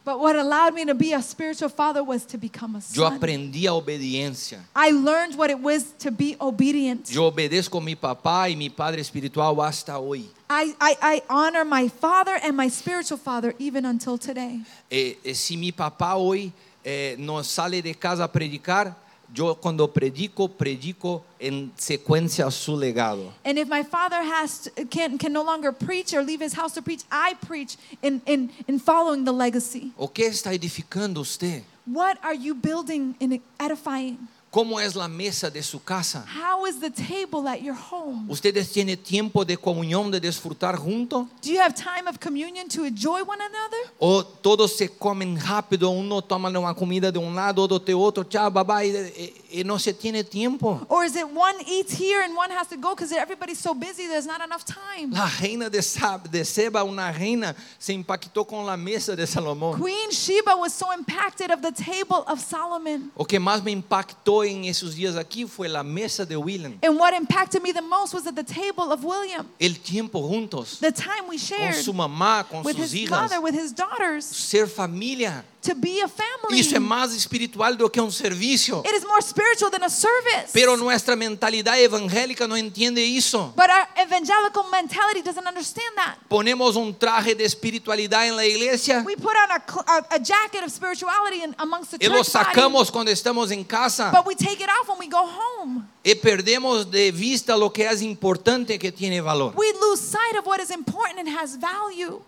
Speaker 1: But what allowed me to be a spiritual father was to become a
Speaker 2: Yo
Speaker 1: son.
Speaker 2: aprendí a obediencia.
Speaker 1: I learned what it was to be obedient.
Speaker 2: Yo obedezco a mi papá y mi padre espiritual hasta hoy.
Speaker 1: I, I, I honor my father and my spiritual father even until today.
Speaker 2: Eh, eh, si mi papá hoy eh, no sale de casa a predicar, yo cuando predico, predico en secuencia a su legado.
Speaker 1: And if my father has to, can, can no longer preach or leave his house to preach, I preach in, in, in following the legacy.
Speaker 2: ¿O qué está edificando usted?
Speaker 1: What are you building and edifying?
Speaker 2: ¿Cómo es la é mesa de su casa?
Speaker 1: How is the table at your home?
Speaker 2: ¿Ustedes tienen tiempo de comunión, de disfrutar juntos?
Speaker 1: Do you have time of communion to enjoy one another?
Speaker 2: ¿O um todos se comen rápido, uno toma una comida de un lado, otro de otro, chao, bye bye, y, y no se tiene tiempo.
Speaker 1: Or is it one eats here and one has to go because everybody's so busy there's not enough time?
Speaker 2: La reina de, Sab- de Seba, una reina, se impactó con la mesa de Salomón.
Speaker 1: Queen Sheba was so impacted of the table of Solomon.
Speaker 2: O que más me impactó en esos días aquí fue la mesa de William.
Speaker 1: And what impacted me the most was at the table of William.
Speaker 2: El tiempo juntos,
Speaker 1: The time we
Speaker 2: con
Speaker 1: shared
Speaker 2: su mamá, con
Speaker 1: with
Speaker 2: sus
Speaker 1: his
Speaker 2: hijas,
Speaker 1: mother, with his daughters,
Speaker 2: ser familia.
Speaker 1: to be a family.
Speaker 2: Isso é mais espiritual do que um serviço.
Speaker 1: It is more spiritual than a service.
Speaker 2: Pero nuestra mentalidad evangélica no entiende isso.
Speaker 1: but our evangelical mentality doesn't understand that.
Speaker 2: Ponemos um traje de espiritualidad en la iglesia
Speaker 1: We put on a, cl- a, a jacket of spirituality in, amongst the
Speaker 2: y
Speaker 1: church
Speaker 2: lo
Speaker 1: body,
Speaker 2: sacamos quando estamos em casa
Speaker 1: but we take it off when we go home.
Speaker 2: e perdemos de vista lo que é importante que tiene valor.
Speaker 1: We lose sight of what is important and has value.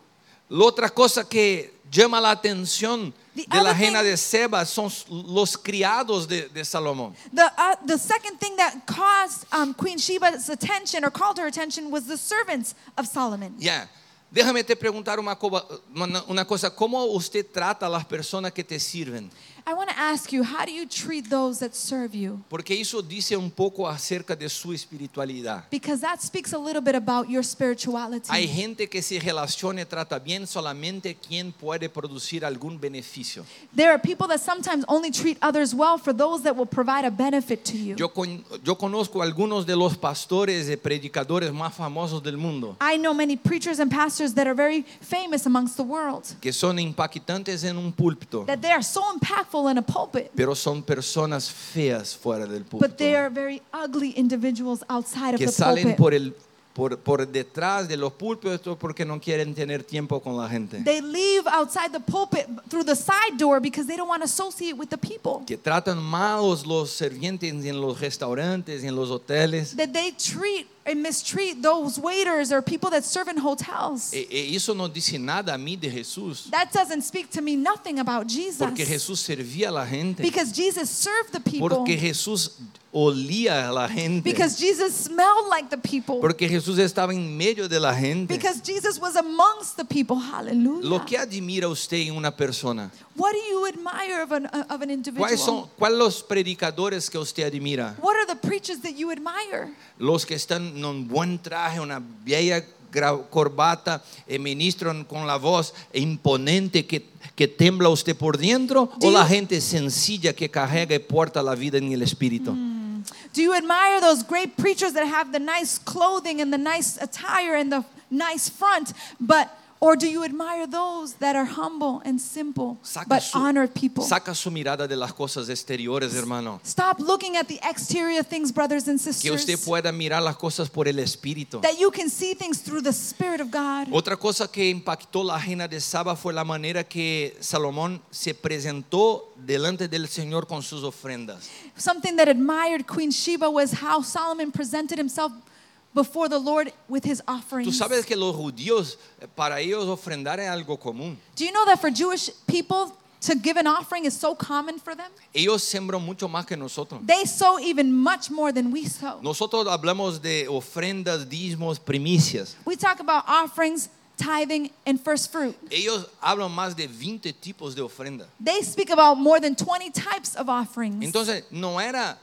Speaker 2: La otra cosa que llama la atención
Speaker 1: The
Speaker 2: de la
Speaker 1: other
Speaker 2: reina
Speaker 1: thing-
Speaker 2: de Seba son los criados de, de Salomón.
Speaker 1: The, uh, the second thing that caused um, Queen Sheba's attention or called her attention was the servants of Solomon.
Speaker 2: Ya, Déjame te preguntar una, coba- una- una cosa, ¿cómo usted trata a las personas que te sirven?
Speaker 1: I want to ask you, how do you treat those that serve you?
Speaker 2: Porque eso dice un poco acerca de su espiritualidad.
Speaker 1: Because that speaks a little bit about your spirituality.
Speaker 2: Hay gente que se relaciona y trata bien solamente quien puede producir algún beneficio.
Speaker 1: There are people that sometimes only treat others well for those that will provide a benefit to you.
Speaker 2: Yo, con- yo conozco algunos de los pastores y predicadores más famosos del mundo
Speaker 1: I know many preachers and pastors that are very famous amongst the world,
Speaker 2: que son impactantes en un púlpito,
Speaker 1: that they are so impactful in a pulpit,
Speaker 2: pero son personas feas fuera del púlpito,
Speaker 1: but they are very ugly individuals outside of
Speaker 2: que
Speaker 1: the
Speaker 2: salen
Speaker 1: pulpit.
Speaker 2: por, el, por, por detrás de los púlpitos porque no quieren tener tiempo con la gente,
Speaker 1: They leave outside the pulpit through the side door because they don't want to associate with the people.
Speaker 2: que tratan malos los servientes en los restaurantes, en los hoteles.
Speaker 1: That they treat and mistreat those waiters or people that serve in hotels.
Speaker 2: E- e isso não disse nada a mim de Jesus,
Speaker 1: That doesn't speak to me nothing about
Speaker 2: porque
Speaker 1: Jesus.
Speaker 2: Jesus servia a la gente,
Speaker 1: Because Jesus served the people.
Speaker 2: porque Jesus olía a la gente,
Speaker 1: Because Jesus smelled like the people.
Speaker 2: porque Jesus estava em meio de la gente.
Speaker 1: Because Jesus was amongst the people.
Speaker 2: Lo que
Speaker 1: Hallelujah.
Speaker 2: admira usted em uma pessoa?
Speaker 1: What do you admire of an, uh, of an
Speaker 2: Quais
Speaker 1: individual?
Speaker 2: são quais os predicadores que você admira?
Speaker 1: What are the preachers that you admire?
Speaker 2: Los que estão num bom traje, uma bela gra- corbata, e ministram com a voz imponente que que tembla usted por dentro,
Speaker 1: Do
Speaker 2: ou a
Speaker 1: you-
Speaker 2: gente sencilla que carrega e porta a vida en el espírito?
Speaker 1: Mm, Do you admire those great preachers that have the nice clothing and the nice attire and the nice front, but or do you admire those that are humble and simple but honor people?
Speaker 2: saca su mirada de las cosas exteriores, hermano.
Speaker 1: Stop looking at the exterior things, brothers and
Speaker 2: Que
Speaker 1: sisters.
Speaker 2: usted pueda mirar las cosas por el espíritu.
Speaker 1: That you can see things through the Spirit of God.
Speaker 2: Otra cosa que impactó la agenda de Saba fue la manera que Salomón se presentó delante del Señor con sus ofrendas.
Speaker 1: Something that admired Queen Sheba was how Solomon presented himself before the Lord with his
Speaker 2: Tú
Speaker 1: offerings.
Speaker 2: sabes que los judíos, eh, para ellos ofrendar es algo común.
Speaker 1: Do you know that for Jewish people to give an offering is so common for them?
Speaker 2: Ellos sembran mucho más que nosotros.
Speaker 1: They sow even much more than we sow.
Speaker 2: Nosotros hablamos de ofrendas, diezmos, primicias.
Speaker 1: We talk about offerings, tithing, and first fruit.
Speaker 2: Ellos hablan más de 20 tipos de ofrendas.
Speaker 1: They speak about more than 20 types of offerings.
Speaker 2: Entonces, no era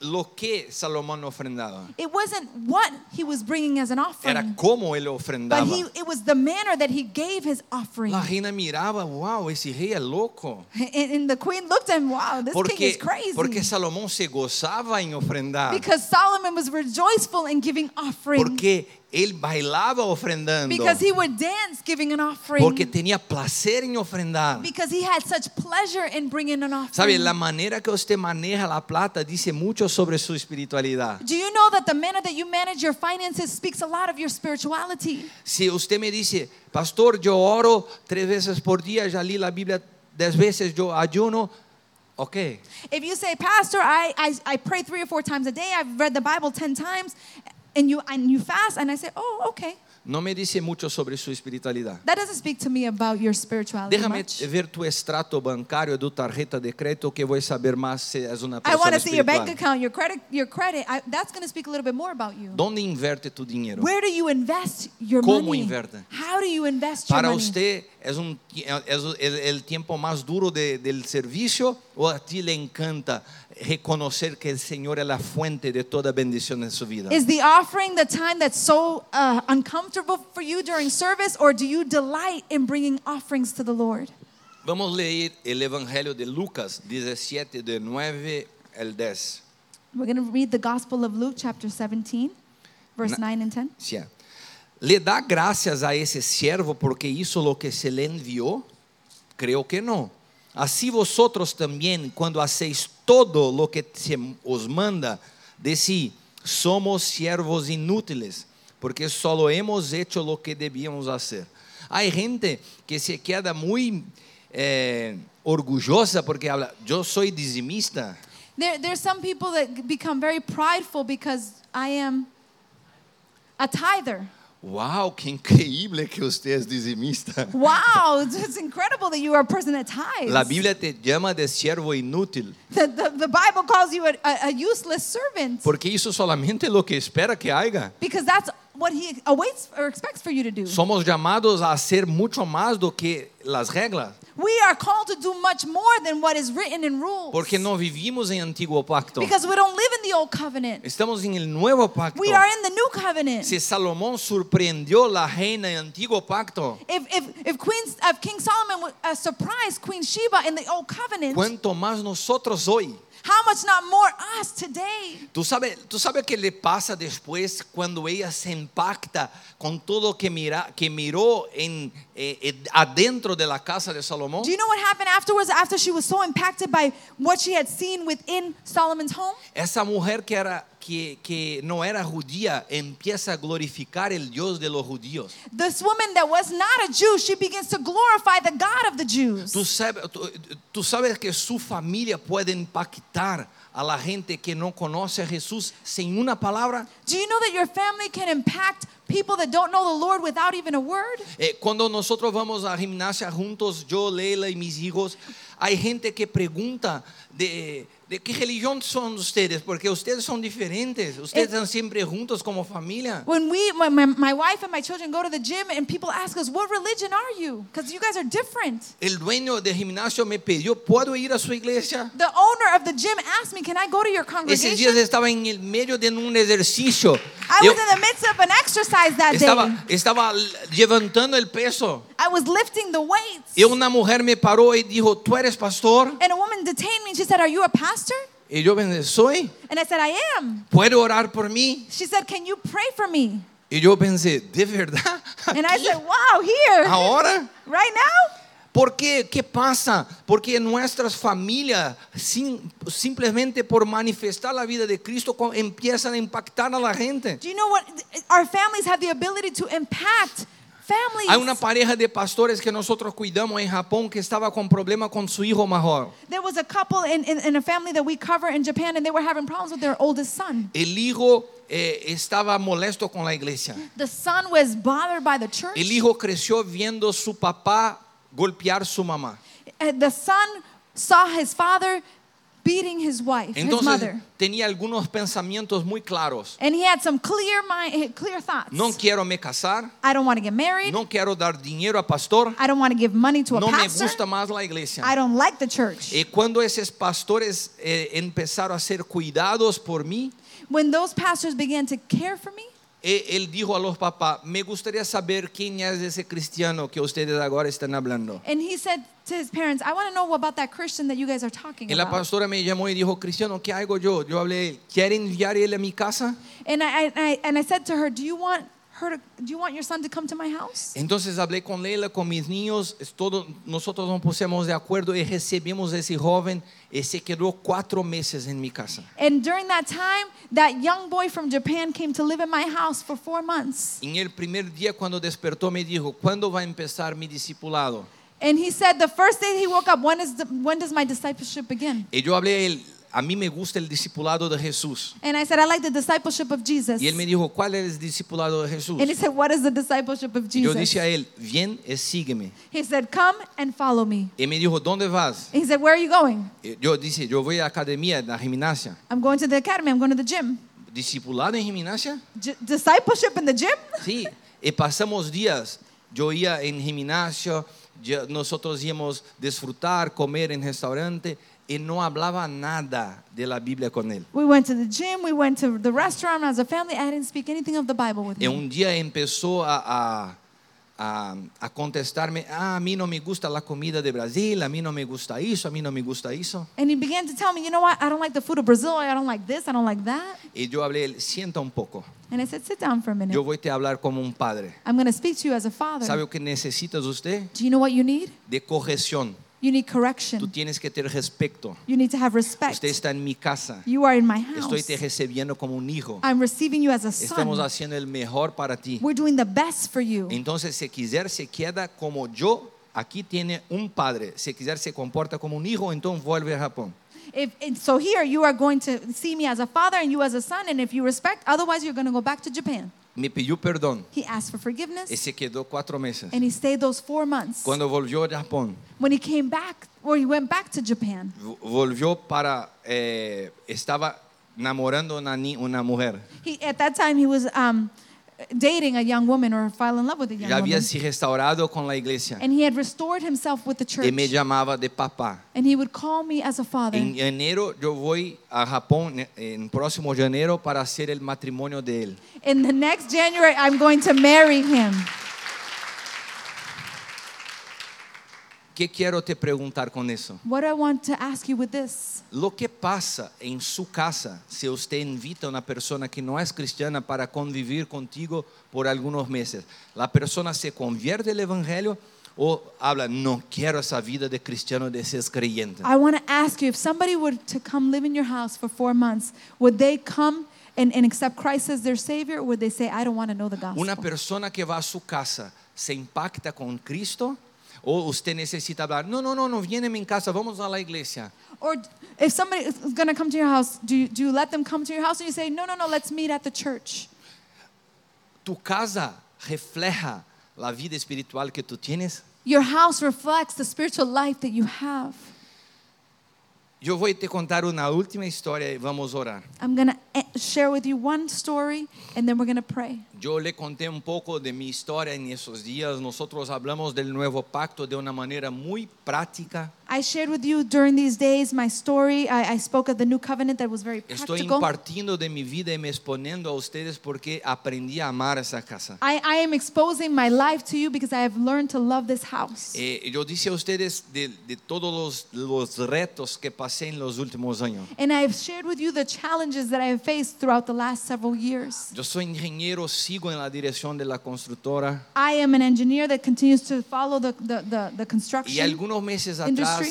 Speaker 2: lo que Salomón ofrendaba,
Speaker 1: it wasn't what he was bringing as an offering,
Speaker 2: era cómo él
Speaker 1: but
Speaker 2: ofrendaba.
Speaker 1: he, it was the manner that he gave his offering.
Speaker 2: La reina miraba, wow, ese rey es loco.
Speaker 1: And, and the queen looked at him, wow, this king
Speaker 2: Porque,
Speaker 1: is crazy.
Speaker 2: porque Salomón se gozaba en ofrendar.
Speaker 1: because Solomon was rejoiceful in giving offering.
Speaker 2: Porque él bailaba ofrendando.
Speaker 1: because he would dance giving an offering.
Speaker 2: Porque tenía placer en ofrendar.
Speaker 1: because he had such pleasure in bringing an offering.
Speaker 2: ¿Sabe? La manera que usted maneja la plata dice mucho sobre su espiritualidad.
Speaker 1: Do you know that the manner that you manage your finances speaks a lot of your spirituality?
Speaker 2: Si usted me dice, pastor, yo oro tres veces por día, ya leí la Biblia diez veces, yo ayuno, ok.
Speaker 1: If you say, Pastor, I, I, I pray three or four times a day, I've read the Bible 10 times, and you, and you fast, and I say, oh, okay.
Speaker 2: No me dice mucho sobre su espiritualidad.
Speaker 1: That doesn't speak to me about your spirituality
Speaker 2: Déjame
Speaker 1: much.
Speaker 2: ver tu extrato bancário do tarjeta de crédito que vou saber mais se és uma
Speaker 1: I want
Speaker 2: pessoa
Speaker 1: to see your bank
Speaker 2: espiritual.
Speaker 1: account, your credit, your credit. I, that's going to speak a little bit more about you.
Speaker 2: Onde inverte tu dinheiro?
Speaker 1: Where do you invest your
Speaker 2: Como
Speaker 1: money?
Speaker 2: inverte?
Speaker 1: How do you invest your
Speaker 2: Para
Speaker 1: money?
Speaker 2: é, você é um é o tempo mais duro de, del serviço O a ti le encanta reconocer que el Señor es la fuente de toda bendición en su vida.
Speaker 1: Is the offering the time that's so uh, uncomfortable for you during service, or do you delight in bringing offerings to the Lord?
Speaker 2: Vamos leer el Evangelio de Lucas 17, de 9 al 10.
Speaker 1: We're going to read the Gospel of Luke, chapter 17, verse 9 and 10.
Speaker 2: Sí. ¿Le da gracias a ese siervo porque hizo lo que se le envió? Creo que no. Así vosotros también, cuando hacéis todo lo que se os manda, decís, somos siervos inútiles, porque solo hemos hecho lo que debíamos hacer. Hay gente que se queda muy eh, orgullosa porque habla, yo soy dizimista.
Speaker 1: There, there's some people that become very prideful because I am a tither.
Speaker 2: Wow, qué increíble que usted es dizimista.
Speaker 1: Wow, it's, it's incredible that you are a person that tithes.
Speaker 2: La Biblia te llama de siervo inútil
Speaker 1: The, the, the Bible calls you a, a, a useless servant
Speaker 2: porque hizo solamente lo que espera que haga.
Speaker 1: because that's what he awaits or expects for you to do.
Speaker 2: Somos llamados a hacer mucho más do que las reglas,
Speaker 1: We are called to do much more than what is written in rules
Speaker 2: porque no vivimos en antiguo pacto.
Speaker 1: because we don't live in the old covenant.
Speaker 2: Estamos en el nuevo pacto.
Speaker 1: We are in the new covenant.
Speaker 2: Si Salomón sorprendió la reina en antiguo pacto,
Speaker 1: If, if, if, Queen, if King Solomon would, uh, surprised Queen Sheba in the old covenant,
Speaker 2: cuanto más nosotros hoy.
Speaker 1: how much not more us today?
Speaker 2: Tú sabes, tú sabes qué le pasa después cuando ella se impacta con todo lo que, mira, que miró en, eh, eh, adentro de la casa de Salomón.
Speaker 1: Do you know what happened afterwards after she was so impacted by what she had seen within Solomon's home?
Speaker 2: Esa mujer que, era, que, que no era judía empieza a glorificar el Dios de los judíos.
Speaker 1: This woman that was not a Jew, she begins to glorify the God of the Jews.
Speaker 2: Tú sabes, tú- tú sabes que su familia puede impactar a la gente que no conoce a Jesús sin una palabra.
Speaker 1: Do you know that your family can impact people that don't know the Lord without even a word?
Speaker 2: Eh, cuando nosotros vamos a gimnasia juntos, yo, Leila y mis hijos, hay gente que pregunta de, de qué religión son ustedes, porque ustedes son diferentes, ustedes
Speaker 1: Eh.
Speaker 2: están siempre juntos como familia.
Speaker 1: When we, when my, my wife and my children go to the gym and people ask us, what religion are you? Because you guys are different.
Speaker 2: El dueño del gimnasio me pidió, ¿puedo ir a su iglesia?
Speaker 1: The owner of the gym asked me, can I go to your
Speaker 2: Ese
Speaker 1: congregation?
Speaker 2: día estaba en el medio de un ejercicio.
Speaker 1: I
Speaker 2: Yo
Speaker 1: was in the midst of an exercise that day.
Speaker 2: estaba, estaba levantando el peso.
Speaker 1: I was lifting the weights.
Speaker 2: Y una mujer me paró y dijo, ¿tú eres pastor?
Speaker 1: And a woman detained me and she said, Are you a pastor?
Speaker 2: Y yo pensé, soy.
Speaker 1: And I said, I am.
Speaker 2: ¿Puedo orar por mí?
Speaker 1: She said, Can you pray for me?
Speaker 2: Y yo pensé, ¿de verdad?
Speaker 1: And I
Speaker 2: ¿Aquí?
Speaker 1: said, Wow, here.
Speaker 2: Ahora,
Speaker 1: Right now?
Speaker 2: ¿por qué? ¿Qué pasa? Porque en nuestras familias, sin- simplemente por manifestar la vida de Cristo, co- empiezan a impactar a la gente.
Speaker 1: Do you know what? Our families have the ability to impact families.
Speaker 2: Hay una pareja de pastores que nosotros cuidamos en Japón que estaba con problema con su hijo mayor.
Speaker 1: There was a couple in, in, in a family that we cover in Japan, and they were having problems with their oldest son.
Speaker 2: El hijo eh, estaba molesto con la iglesia.
Speaker 1: The son was bothered by the church.
Speaker 2: El hijo creció viendo su papá golpear su mamá.
Speaker 1: And the son saw his father beating his wife, his
Speaker 2: Entonces
Speaker 1: mother.
Speaker 2: tenía algunos pensamientos muy claros.
Speaker 1: And he had some clear, mind, clear thoughts.
Speaker 2: No quiero me casar,
Speaker 1: I don't want to get married.
Speaker 2: no quiero dar dinero a pastor,
Speaker 1: I don't want to give money to a
Speaker 2: no me
Speaker 1: pastor.
Speaker 2: gusta más la iglesia.
Speaker 1: I don't like the church.
Speaker 2: Y cuando esos pastores eh, empezaron a ser cuidados por mí,
Speaker 1: when those pastors began to care for me,
Speaker 2: eh, él dijo a los papás, me gustaría saber quién es ese cristiano que ustedes ahora están hablando.
Speaker 1: and he said to his parents, I want to know about that Christian that you guys are talking
Speaker 2: Y la
Speaker 1: about.
Speaker 2: pastora me llamó y dijo, Cristiano, ¿qué hago yo? Yo hablé, ¿quieren enviar él a mi casa?
Speaker 1: And I, I, I and I said to her, Do you want her to, do you want your son to come to my house?
Speaker 2: Entonces hablé con Leila, con mis niños, es todo, nosotros nos pusimos de acuerdo y recibimos a ese joven y se quedó cuatro meses en mi casa.
Speaker 1: And during that time, that young boy from Japan came to live in my house for four months.
Speaker 2: En el primer día cuando despertó me dijo, ¿cuándo va a empezar mi discipulado?
Speaker 1: And he said, the first day he woke up, when is the, when does my discipleship begin?
Speaker 2: Y yo hablé a él, a mí me gusta el discipulado de Jesús.
Speaker 1: And I said, I like the discipleship of Jesus.
Speaker 2: Y él me dijo, ¿cuál es el discipulado de Jesús?
Speaker 1: And he said, What is the discipleship of
Speaker 2: Y yo
Speaker 1: Jesus?
Speaker 2: dije a él, bien, y sígueme.
Speaker 1: He said, Come and follow me.
Speaker 2: Y me dijo, ¿dónde vas?
Speaker 1: He said, Where are you going?
Speaker 2: Y Yo dije, yo voy a la academia, a la gimnasia.
Speaker 1: I'm going to the academy. I'm going to the gym.
Speaker 2: ¿Discipulado en gimnasia?
Speaker 1: J- discipleship in the gym?
Speaker 2: Sí, y pasamos días. Yo iba en gimnasio, yo- nosotros íbamos disfrutar, comer en restaurante. y no hablaba nada de la Biblia con él.
Speaker 1: We went to the gym, we went to the restaurant as a family. I didn't speak anything of the Bible with
Speaker 2: Y
Speaker 1: him.
Speaker 2: un día empezó a, a- a- a contestarme, "Ah, a mí no me gusta la comida de Brasil, a mí no me gusta eso, a mí no me gusta eso.
Speaker 1: And he began to tell me, you know what? I don't like the food of Brazil. I don't like this. I don't like that.
Speaker 2: Y yo hablé, sienta un poco,
Speaker 1: And I said, sit down for a minute.
Speaker 2: yo voy a hablar como un padre.
Speaker 1: I'm going to speak to you as a father.
Speaker 2: ¿Sabe lo que necesitas usted?
Speaker 1: Do you know what you need?
Speaker 2: De corrección.
Speaker 1: You need
Speaker 2: Tú
Speaker 1: correction.
Speaker 2: tienes que tener respeto.
Speaker 1: You need to have respect.
Speaker 2: Usted está en mi casa.
Speaker 1: You are in my
Speaker 2: Estoy
Speaker 1: house.
Speaker 2: te recibiendo como un hijo.
Speaker 1: I'm receiving you as a
Speaker 2: Estamos
Speaker 1: son.
Speaker 2: haciendo el mejor para ti.
Speaker 1: We're doing the best for you.
Speaker 2: Entonces, si quiser, se queda como yo. Aquí tiene un padre. Si quiser, se comporta como un hijo, entonces vuelve a Japón.
Speaker 1: If, and so here you are going to see me as a father and you as a son. And if you respect, otherwise you're going to go back to Japan.
Speaker 2: Me pidió perdón
Speaker 1: He asked for
Speaker 2: y
Speaker 1: forgiveness
Speaker 2: se quedó cuatro meses.
Speaker 1: and he stayed those four months.
Speaker 2: Cuando volvió a Japón,
Speaker 1: When he came back, or he went back to Japan,
Speaker 2: vo- volvió para. eh, estaba enamorando a una, ni- una mujer.
Speaker 1: he, at that time he was um, dating a young woman or fell in love with a young
Speaker 2: Ya había
Speaker 1: woman.
Speaker 2: se restaurado con la iglesia
Speaker 1: And he had restored himself with the church.
Speaker 2: y me llamaba de papá.
Speaker 1: And he would call me as a father.
Speaker 2: En enero yo voy a Japón, en próximo de enero, para hacer el matrimonio de él.
Speaker 1: In the next January, I'm going to marry him.
Speaker 2: ¿Qué quiero te preguntar con eso?
Speaker 1: What I want to ask you with this
Speaker 2: Lo que pasa em sua casa se você invita uma pessoa que não é cristiana para conviver contigo por alguns meses? A pessoa se convierte ao evangelho ou habla, não quero essa vida de cristiano, de ser creyente?
Speaker 1: I want to ask you if somebody were to come live in your house for four months, would they come and, and accept Christ as their Savior, or would they say, I don't want to know the gospel?
Speaker 2: Uma pessoa que vai a sua casa se impacta com Cristo ou você necessita falar, não, não, não, não viene a minha casa, vamos à igreja.
Speaker 1: Or d- if somebody is going to come to your house, do you, do you let them come to your house and you say, no, no, no, let's meet at the church?
Speaker 2: Tu casa refleja a vida espiritual que tu tienes?
Speaker 1: Your house reflects the spiritual life that you have.
Speaker 2: Eu vou te contar uma última história e vamos orar.
Speaker 1: I'm going to share with you one story and then we're going to pray.
Speaker 2: Yo le conté un poco de mi historia en esos días. Nosotros hablamos del nuevo pacto de una manera muy práctica.
Speaker 1: I shared with you during these days my story. I, I spoke of the new covenant that was very
Speaker 2: Estoy
Speaker 1: practical.
Speaker 2: impartiendo de mi vida y me exponiendo a ustedes porque aprendí a amar esa casa.
Speaker 1: I, I am exposing my life to you because I have learned to love this house.
Speaker 2: Eh, yo dije a ustedes de, de todos los, los retos que pasé en los últimos años.
Speaker 1: And I have shared with you the challenges that I have faced throughout the last several years.
Speaker 2: Yo soy ingeniero, sigo en la dirección de la constructora.
Speaker 1: I am an engineer that continues to follow the, the, the, the
Speaker 2: Y
Speaker 1: construction.
Speaker 2: algunos meses
Speaker 1: Industry.
Speaker 2: atrás,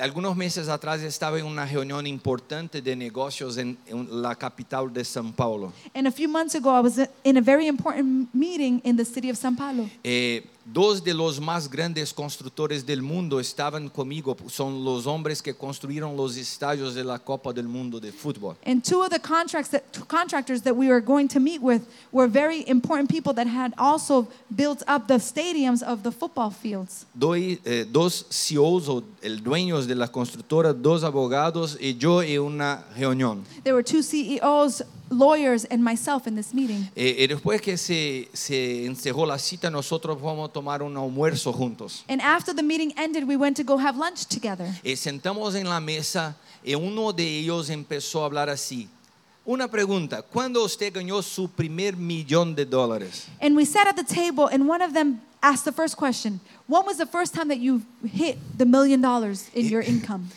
Speaker 2: algunos meses atrás estaba en una reunión importante de negocios en- en la capital de São Paulo.
Speaker 1: And a few months ago, I was in a very important meeting in the city of Sao Paulo.
Speaker 2: Eh, dos de los más grandes constructores del mundo estaban conmigo. Son los hombres que construyeron los estadios de la Copa del Mundo de fútbol.
Speaker 1: And two of the contracts that, t- contractors that we were going to meet with were very important people that had also built up the stadiums of the football fields.
Speaker 2: Doy, eh, dos CEOs o el dueños de la constructora, dos abogados y yo en una reunión.
Speaker 1: There were two CEOs, lawyers, and myself in this meeting.
Speaker 2: Eh, y después que se, se encerró la cita, nosotros vamos a tomar un almuerzo juntos.
Speaker 1: And after the meeting ended, we went to go have lunch together.
Speaker 2: Eh, sentamos en la mesa y uno de ellos empezó a hablar así. Una pregunta, ¿cuándo usted ganó su primer millón de dólares?
Speaker 1: And we sat at the table, and one of them asked the first question When was the first time that you hit the million dollars in your income?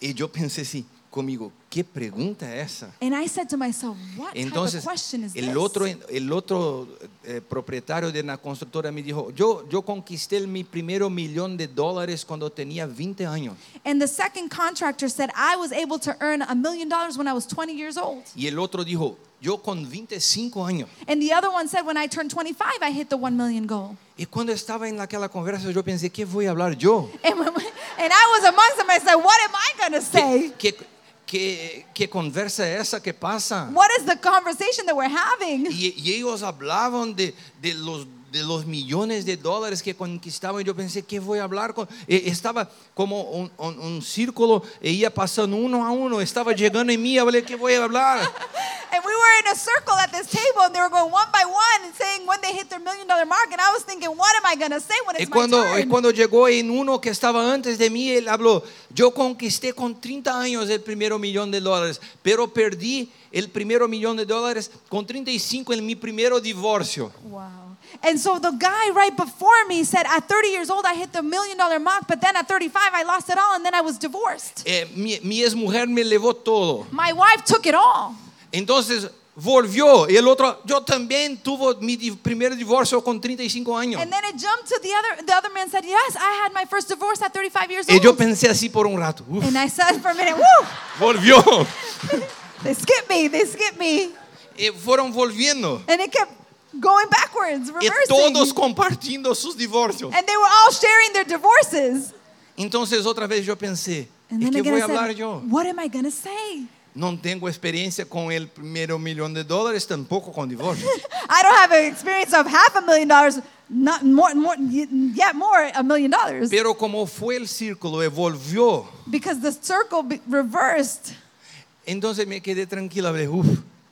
Speaker 2: Y yo pensé así, conmigo, ¿qué pregunta es esa?
Speaker 1: And I said to myself, What type of
Speaker 2: Entonces,
Speaker 1: question is
Speaker 2: el
Speaker 1: this?
Speaker 2: otro, el otro eh, propietario de la constructora me dijo, yo, yo conquisté el- mi primero millón de dólares cuando tenía 20 años.
Speaker 1: And the second contractor said, I was able to earn a million dollars when I was 20 years old.
Speaker 2: Y el otro dijo, yo con 25 años.
Speaker 1: And the other one said, when I turned 25, I hit the 1 million goal.
Speaker 2: Y cuando estaba en aquella conversa, yo pensé, ¿qué voy a hablar yo?
Speaker 1: And, when, and I was amongst them. I said, what am I going to say?
Speaker 2: ¿Qué, qué, qué- qué conversa es esa que pasa?
Speaker 1: What is the conversation that we're having?
Speaker 2: Y, y ellos hablaban de, de los, de los millones de dólares que conquistaban. Yo pensé, ¿qué voy a hablar? Con? Eh, estaba como un, un- un círculo, e ia pasando uno a uno, estaba llegando en mí, eu falei, ¿qué voy a hablar?
Speaker 1: And we were in a circle at this table, and they were going one by one and saying when they hit their million dollar mark. And I was thinking, what what am I going to say when
Speaker 2: Y
Speaker 1: it's
Speaker 2: cuando,
Speaker 1: my
Speaker 2: y
Speaker 1: turn?
Speaker 2: cuando llegó en uno que estaba antes de mí, él habló, yo conquisté con 30 años el primero millón de dólares, pero perdí el primero millón de dólares con 35 en mi primero divorcio.
Speaker 1: Wow. And so the guy right before me said, at 30 years old, I hit the million dollar mark, but then at 35, I lost it all, and then I was divorced.
Speaker 2: Eh, mi, mi ex mujer me llevó todo.
Speaker 1: My wife took it all.
Speaker 2: Entonces volvió y el otro, yo también tuvo mi di- primer divorcio con 35 años.
Speaker 1: And then it jumped to the other. The other man said, "Yes, I had my first divorce at 35 years
Speaker 2: Y yo
Speaker 1: old."
Speaker 2: pensé así por un rato, "Uf,
Speaker 1: And I said for a minute, "Woo!
Speaker 2: volvió.
Speaker 1: They skipped me. They skipped me."
Speaker 2: Y fueron volviendo.
Speaker 1: And it kept going backwards,
Speaker 2: Y
Speaker 1: reversing.
Speaker 2: todos compartiendo sus divorcios.
Speaker 1: And they were all sharing their divorces.
Speaker 2: Entonces otra vez yo pensé,
Speaker 1: And
Speaker 2: ¿de
Speaker 1: then
Speaker 2: qué
Speaker 1: again
Speaker 2: voy a
Speaker 1: I
Speaker 2: hablar
Speaker 1: said,
Speaker 2: yo?
Speaker 1: "What am I gonna say?
Speaker 2: No tengo experiencia con el primero millón de dólares, tampoco con divorcio.
Speaker 1: I don't have an experience of half a million dollars, not more, more yet more a million dollars."
Speaker 2: Pero como fue el círculo, y volvió.
Speaker 1: Because the circle be- reversed,
Speaker 2: Entonces me quedé tranquila, dije, "Uf".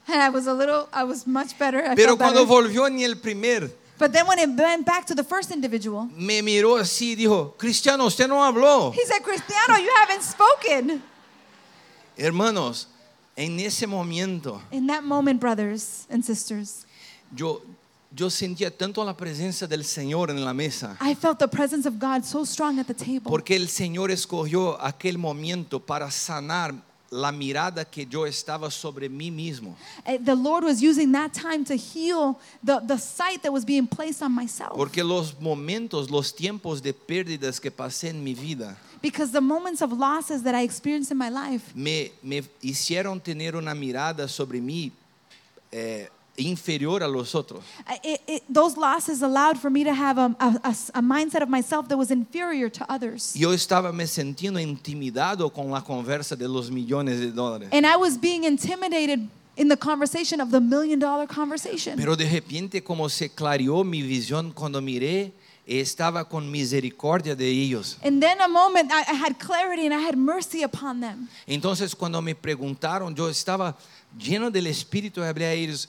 Speaker 1: and I was a little, I was much better. I
Speaker 2: Pero
Speaker 1: felt better.
Speaker 2: cuando volvió ni el primer,
Speaker 1: But then when it went back to the first individual,
Speaker 2: me miró así y dijo, Cristiano, usted no habló.
Speaker 1: He said, Cristiano, you haven't spoken.
Speaker 2: Hermanos, en ese momento
Speaker 1: In that moment, brothers and sisters,
Speaker 2: yo, yo sentía tanto la presencia del Señor en la mesa,
Speaker 1: I felt the presence of God so strong at the table
Speaker 2: porque el Señor escogió aquel momento para sanar la mirada que yo estaba sobre mí mismo.
Speaker 1: Eh, the Lord was using that time to heal the, the sight that was being placed on myself.
Speaker 2: Porque los momentos, los tiempos de pérdidas que pasé en mi vida
Speaker 1: because the moments of losses that I experienced in my life,
Speaker 2: me, me hicieron tener una mirada sobre mí eh, inferior a los otros.
Speaker 1: I- it, it, those losses allowed for me to have a, a- a s- a mindset of myself that was inferior to others.
Speaker 2: Yo estaba me sintiendo intimidado con la conversa de los millones de dólares.
Speaker 1: And I was being intimidated in the conversation of the million dollar conversation.
Speaker 2: Pero de repente como se clareó mi visión cuando miré, estaba con misericordia de ellos.
Speaker 1: and then a moment I, I had clarity and I had mercy upon them.
Speaker 2: Entonces cuando me preguntaron, yo estaba lleno del Espíritu y hablé a ellos,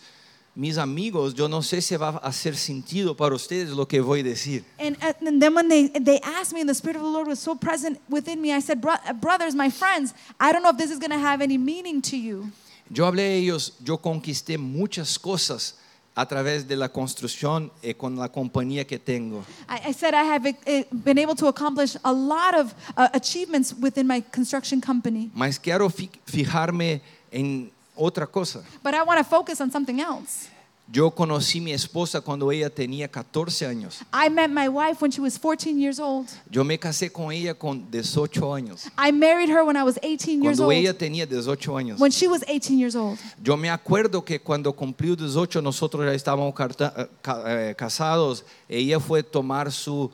Speaker 2: mis amigos, yo no sé si va a hacer sentido para ustedes lo que voy a decir.
Speaker 1: And, uh, and then when they, they asked me, and the Spirit of the Lord was so present within me, I said, Bro- uh, Brothers, my friends, I don't know if this is going to have any meaning to you.
Speaker 2: Yo hablé a ellos, yo conquisté muchas cosas a través de la construcción y con la compañía que tengo.
Speaker 1: I, I said, I have eh, eh, been able to accomplish a lot of uh, achievements within my construction company,
Speaker 2: Mas quiero fi- fijarme en otra cosa.
Speaker 1: but I want to focus on something else.
Speaker 2: Yo conocí a mi esposa cuando ella tenía 14 años.
Speaker 1: I met my wife when she was 14 years old.
Speaker 2: Yo me casé con ella con 18 años.
Speaker 1: I married her when I was 18 years
Speaker 2: Cuando
Speaker 1: old.
Speaker 2: ella tenía 18 años.
Speaker 1: When she was 18 years old.
Speaker 2: Yo me acuerdo que cuando cumplió 18 nosotros ya estábamos carta- eh, ca- eh, casados. Ella fue a tomar su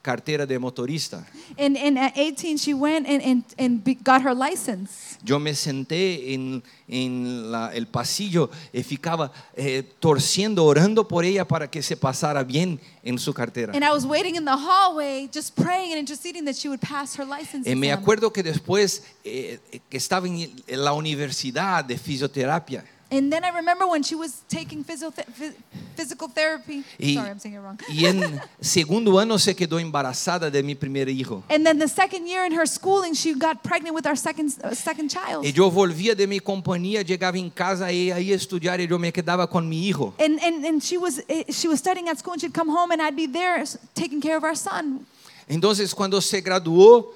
Speaker 2: cartera de motorista.
Speaker 1: And, and at 18, she went and, and, and be, got her license.
Speaker 2: Yo me senté en, en la- el pasillo y ficaba eh, torciendo, orando por ella para que se pasara bien en su cartera.
Speaker 1: And I was waiting in the hallway, just praying and interceding that she would pass her license.
Speaker 2: Eh, me
Speaker 1: exam.
Speaker 2: acuerdo que después eh, eh, que estaba en en la universidad de fisioterapia
Speaker 1: And then I remember when she was taking physio phys- physical therapy.
Speaker 2: y,
Speaker 1: Sorry, I'm saying it wrong.
Speaker 2: y en segundo año se quedó embarazada de mi primer hijo.
Speaker 1: And then the second year in her schooling, she got pregnant with our second uh, second child.
Speaker 2: Y yo volvía de mi compañía, llegaba en casa y ahí a estudiar y yo me quedaba con mi hijo.
Speaker 1: And, and, and she was eh, she was studying at school and she'd come home and I'd be there s- taking care of our son.
Speaker 2: Entonces cuando se graduó,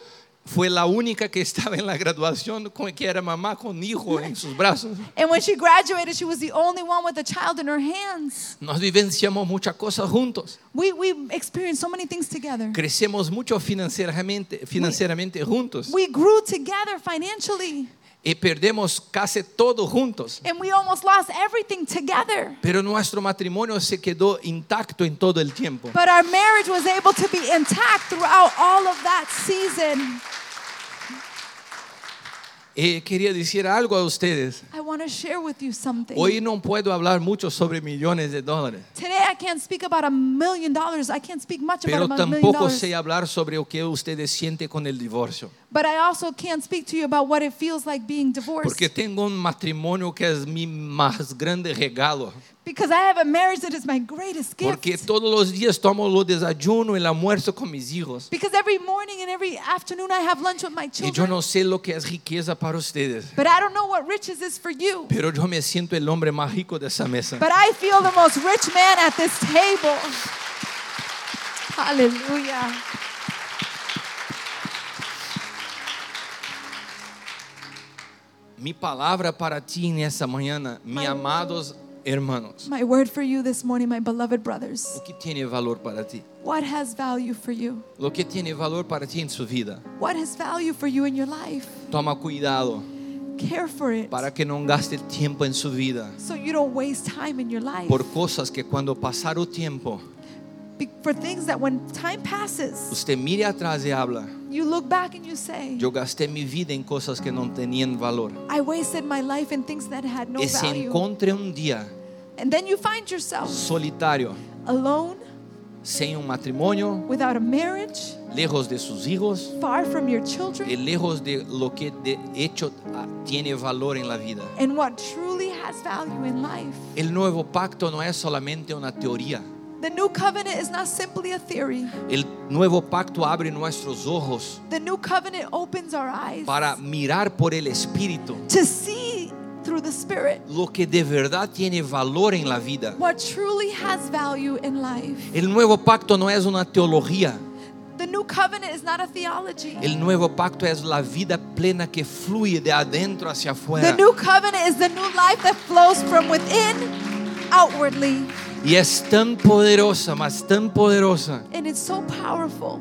Speaker 2: fue la única que estaba en la graduación con que era mamá con hijo en sus brazos.
Speaker 1: And when she graduated, she was the only one with a child in her hands.
Speaker 2: Nos vivenciamos muchas cosas juntos.
Speaker 1: We, we experienced so many things together.
Speaker 2: Crecemos mucho financieramente, financieramente juntos.
Speaker 1: We grew together financially
Speaker 2: y perdemos casi todo juntos.
Speaker 1: and we almost lost everything together.
Speaker 2: Pero nuestro matrimonio se quedó intacto en todo el tiempo.
Speaker 1: But our marriage was able to be intact throughout all of that season.
Speaker 2: Eh, quería decir algo a ustedes.
Speaker 1: I want to share with you something.
Speaker 2: Hoy no puedo hablar mucho sobre millones de dólares,
Speaker 1: Today I can't speak about a million dollars. I can't speak much
Speaker 2: pero
Speaker 1: about a million
Speaker 2: tampoco
Speaker 1: dollars.
Speaker 2: sé hablar sobre lo que ustedes sienten con el divorcio.
Speaker 1: But I also can't speak to you about what it feels like being divorced.
Speaker 2: Porque tengo un matrimonio que es mi más grande regalo.
Speaker 1: because I have a marriage that is my greatest gift.
Speaker 2: Porque todos los días tomo el desayuno, el almuerzo con mis hijos.
Speaker 1: because every morning and every afternoon I have lunch with my
Speaker 2: Y yo
Speaker 1: children.
Speaker 2: no sé lo que es riqueza para ustedes,
Speaker 1: but I don't know what riches is for you.
Speaker 2: pero yo me siento el hombre más rico de esa mesa.
Speaker 1: But I feel the most rich man at this table. Hallelujah.
Speaker 2: Mi palabra para ti en esta mañana, mis amados hermanos,
Speaker 1: My word for you this morning, my beloved
Speaker 2: o
Speaker 1: brothers.
Speaker 2: que tiene valor para ti?
Speaker 1: What has value for you?
Speaker 2: Lo que tiene valor para ti en su vida.
Speaker 1: What has value for you in your life?
Speaker 2: Toma cuidado
Speaker 1: Care for it
Speaker 2: para que no gaste tiempo en su vida
Speaker 1: so you don't waste time in your life
Speaker 2: por cosas que cuando pasar o tiempo,
Speaker 1: Be- for things that when time passes,
Speaker 2: usted mire atrás y habla,
Speaker 1: you look back and you say,
Speaker 2: yo gasté mi vida en cosas que no tenían valor.
Speaker 1: I wasted my life in things that had no
Speaker 2: y se
Speaker 1: value.
Speaker 2: encontre un día
Speaker 1: And then you find yourself
Speaker 2: solitario,
Speaker 1: alone,
Speaker 2: sin un matrimonio,
Speaker 1: without a marriage,
Speaker 2: lejos de sus hijos
Speaker 1: far from your
Speaker 2: y
Speaker 1: children,
Speaker 2: lejos de lo que de hecho ah, tiene valor en la vida.
Speaker 1: and what truly has value in life.
Speaker 2: El nuevo pacto no es solamente una teoría.
Speaker 1: The new covenant is not simply a theory.
Speaker 2: El nuevo pacto abre nuestros ojos
Speaker 1: The new covenant opens our eyes
Speaker 2: para mirar por el Espíritu
Speaker 1: to see through the Spirit
Speaker 2: lo que de verdad tiene valor en la vida.
Speaker 1: what truly has value in life.
Speaker 2: El nuevo pacto no es una teología.
Speaker 1: The new covenant is not a theology.
Speaker 2: El nuevo pacto es la vida plena que fluye de adentro hacia
Speaker 1: The
Speaker 2: afuera.
Speaker 1: new covenant is the new life that flows from within outwardly.
Speaker 2: Y es tan poderosa, más tan poderosa,
Speaker 1: And it's so powerful.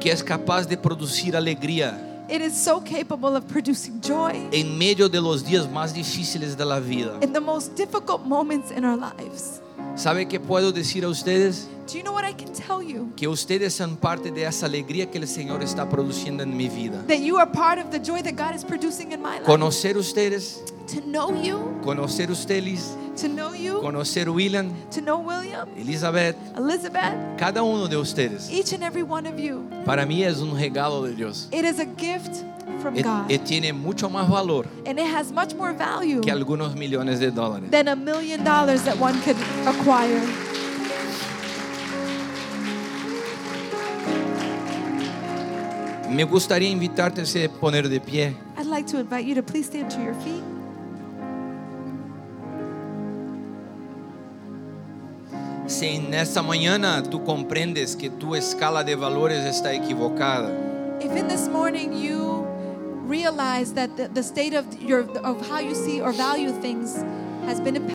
Speaker 2: que es capaz de producir alegría
Speaker 1: It is so capable of producing joy
Speaker 2: en medio de los días más difíciles de la vida.
Speaker 1: in the most difficult moments in our lives.
Speaker 2: ¿Sabe qué puedo decir a ustedes?
Speaker 1: Do you know what I can tell you?
Speaker 2: Que ustedes son parte de esa alegría que el Señor está produciendo en mi vida.
Speaker 1: That you are part of the joy that God is producing in my life.
Speaker 2: Conocer ustedes,
Speaker 1: to know you,
Speaker 2: conocer ustedes,
Speaker 1: to know you,
Speaker 2: conocer William,
Speaker 1: to know William,
Speaker 2: Elizabeth,
Speaker 1: Elizabeth,
Speaker 2: cada uno de ustedes.
Speaker 1: each and every one of you.
Speaker 2: Para mí es un regalo de Dios.
Speaker 1: It is a gift from
Speaker 2: Y-
Speaker 1: God.
Speaker 2: y tiene mucho más valor
Speaker 1: and it has much more value
Speaker 2: que algunos millones de dólares.
Speaker 1: than a million dollars that one could acquire.
Speaker 2: Me gustaría invitarte a poner de pie.
Speaker 1: I'd like to invite you to please stand to your feet.
Speaker 2: Si en esta mañana tú comprendes que tu escala de valores está equivocada,
Speaker 1: If in this morning you realize that the, the state of your of how you see or value things has been impacted.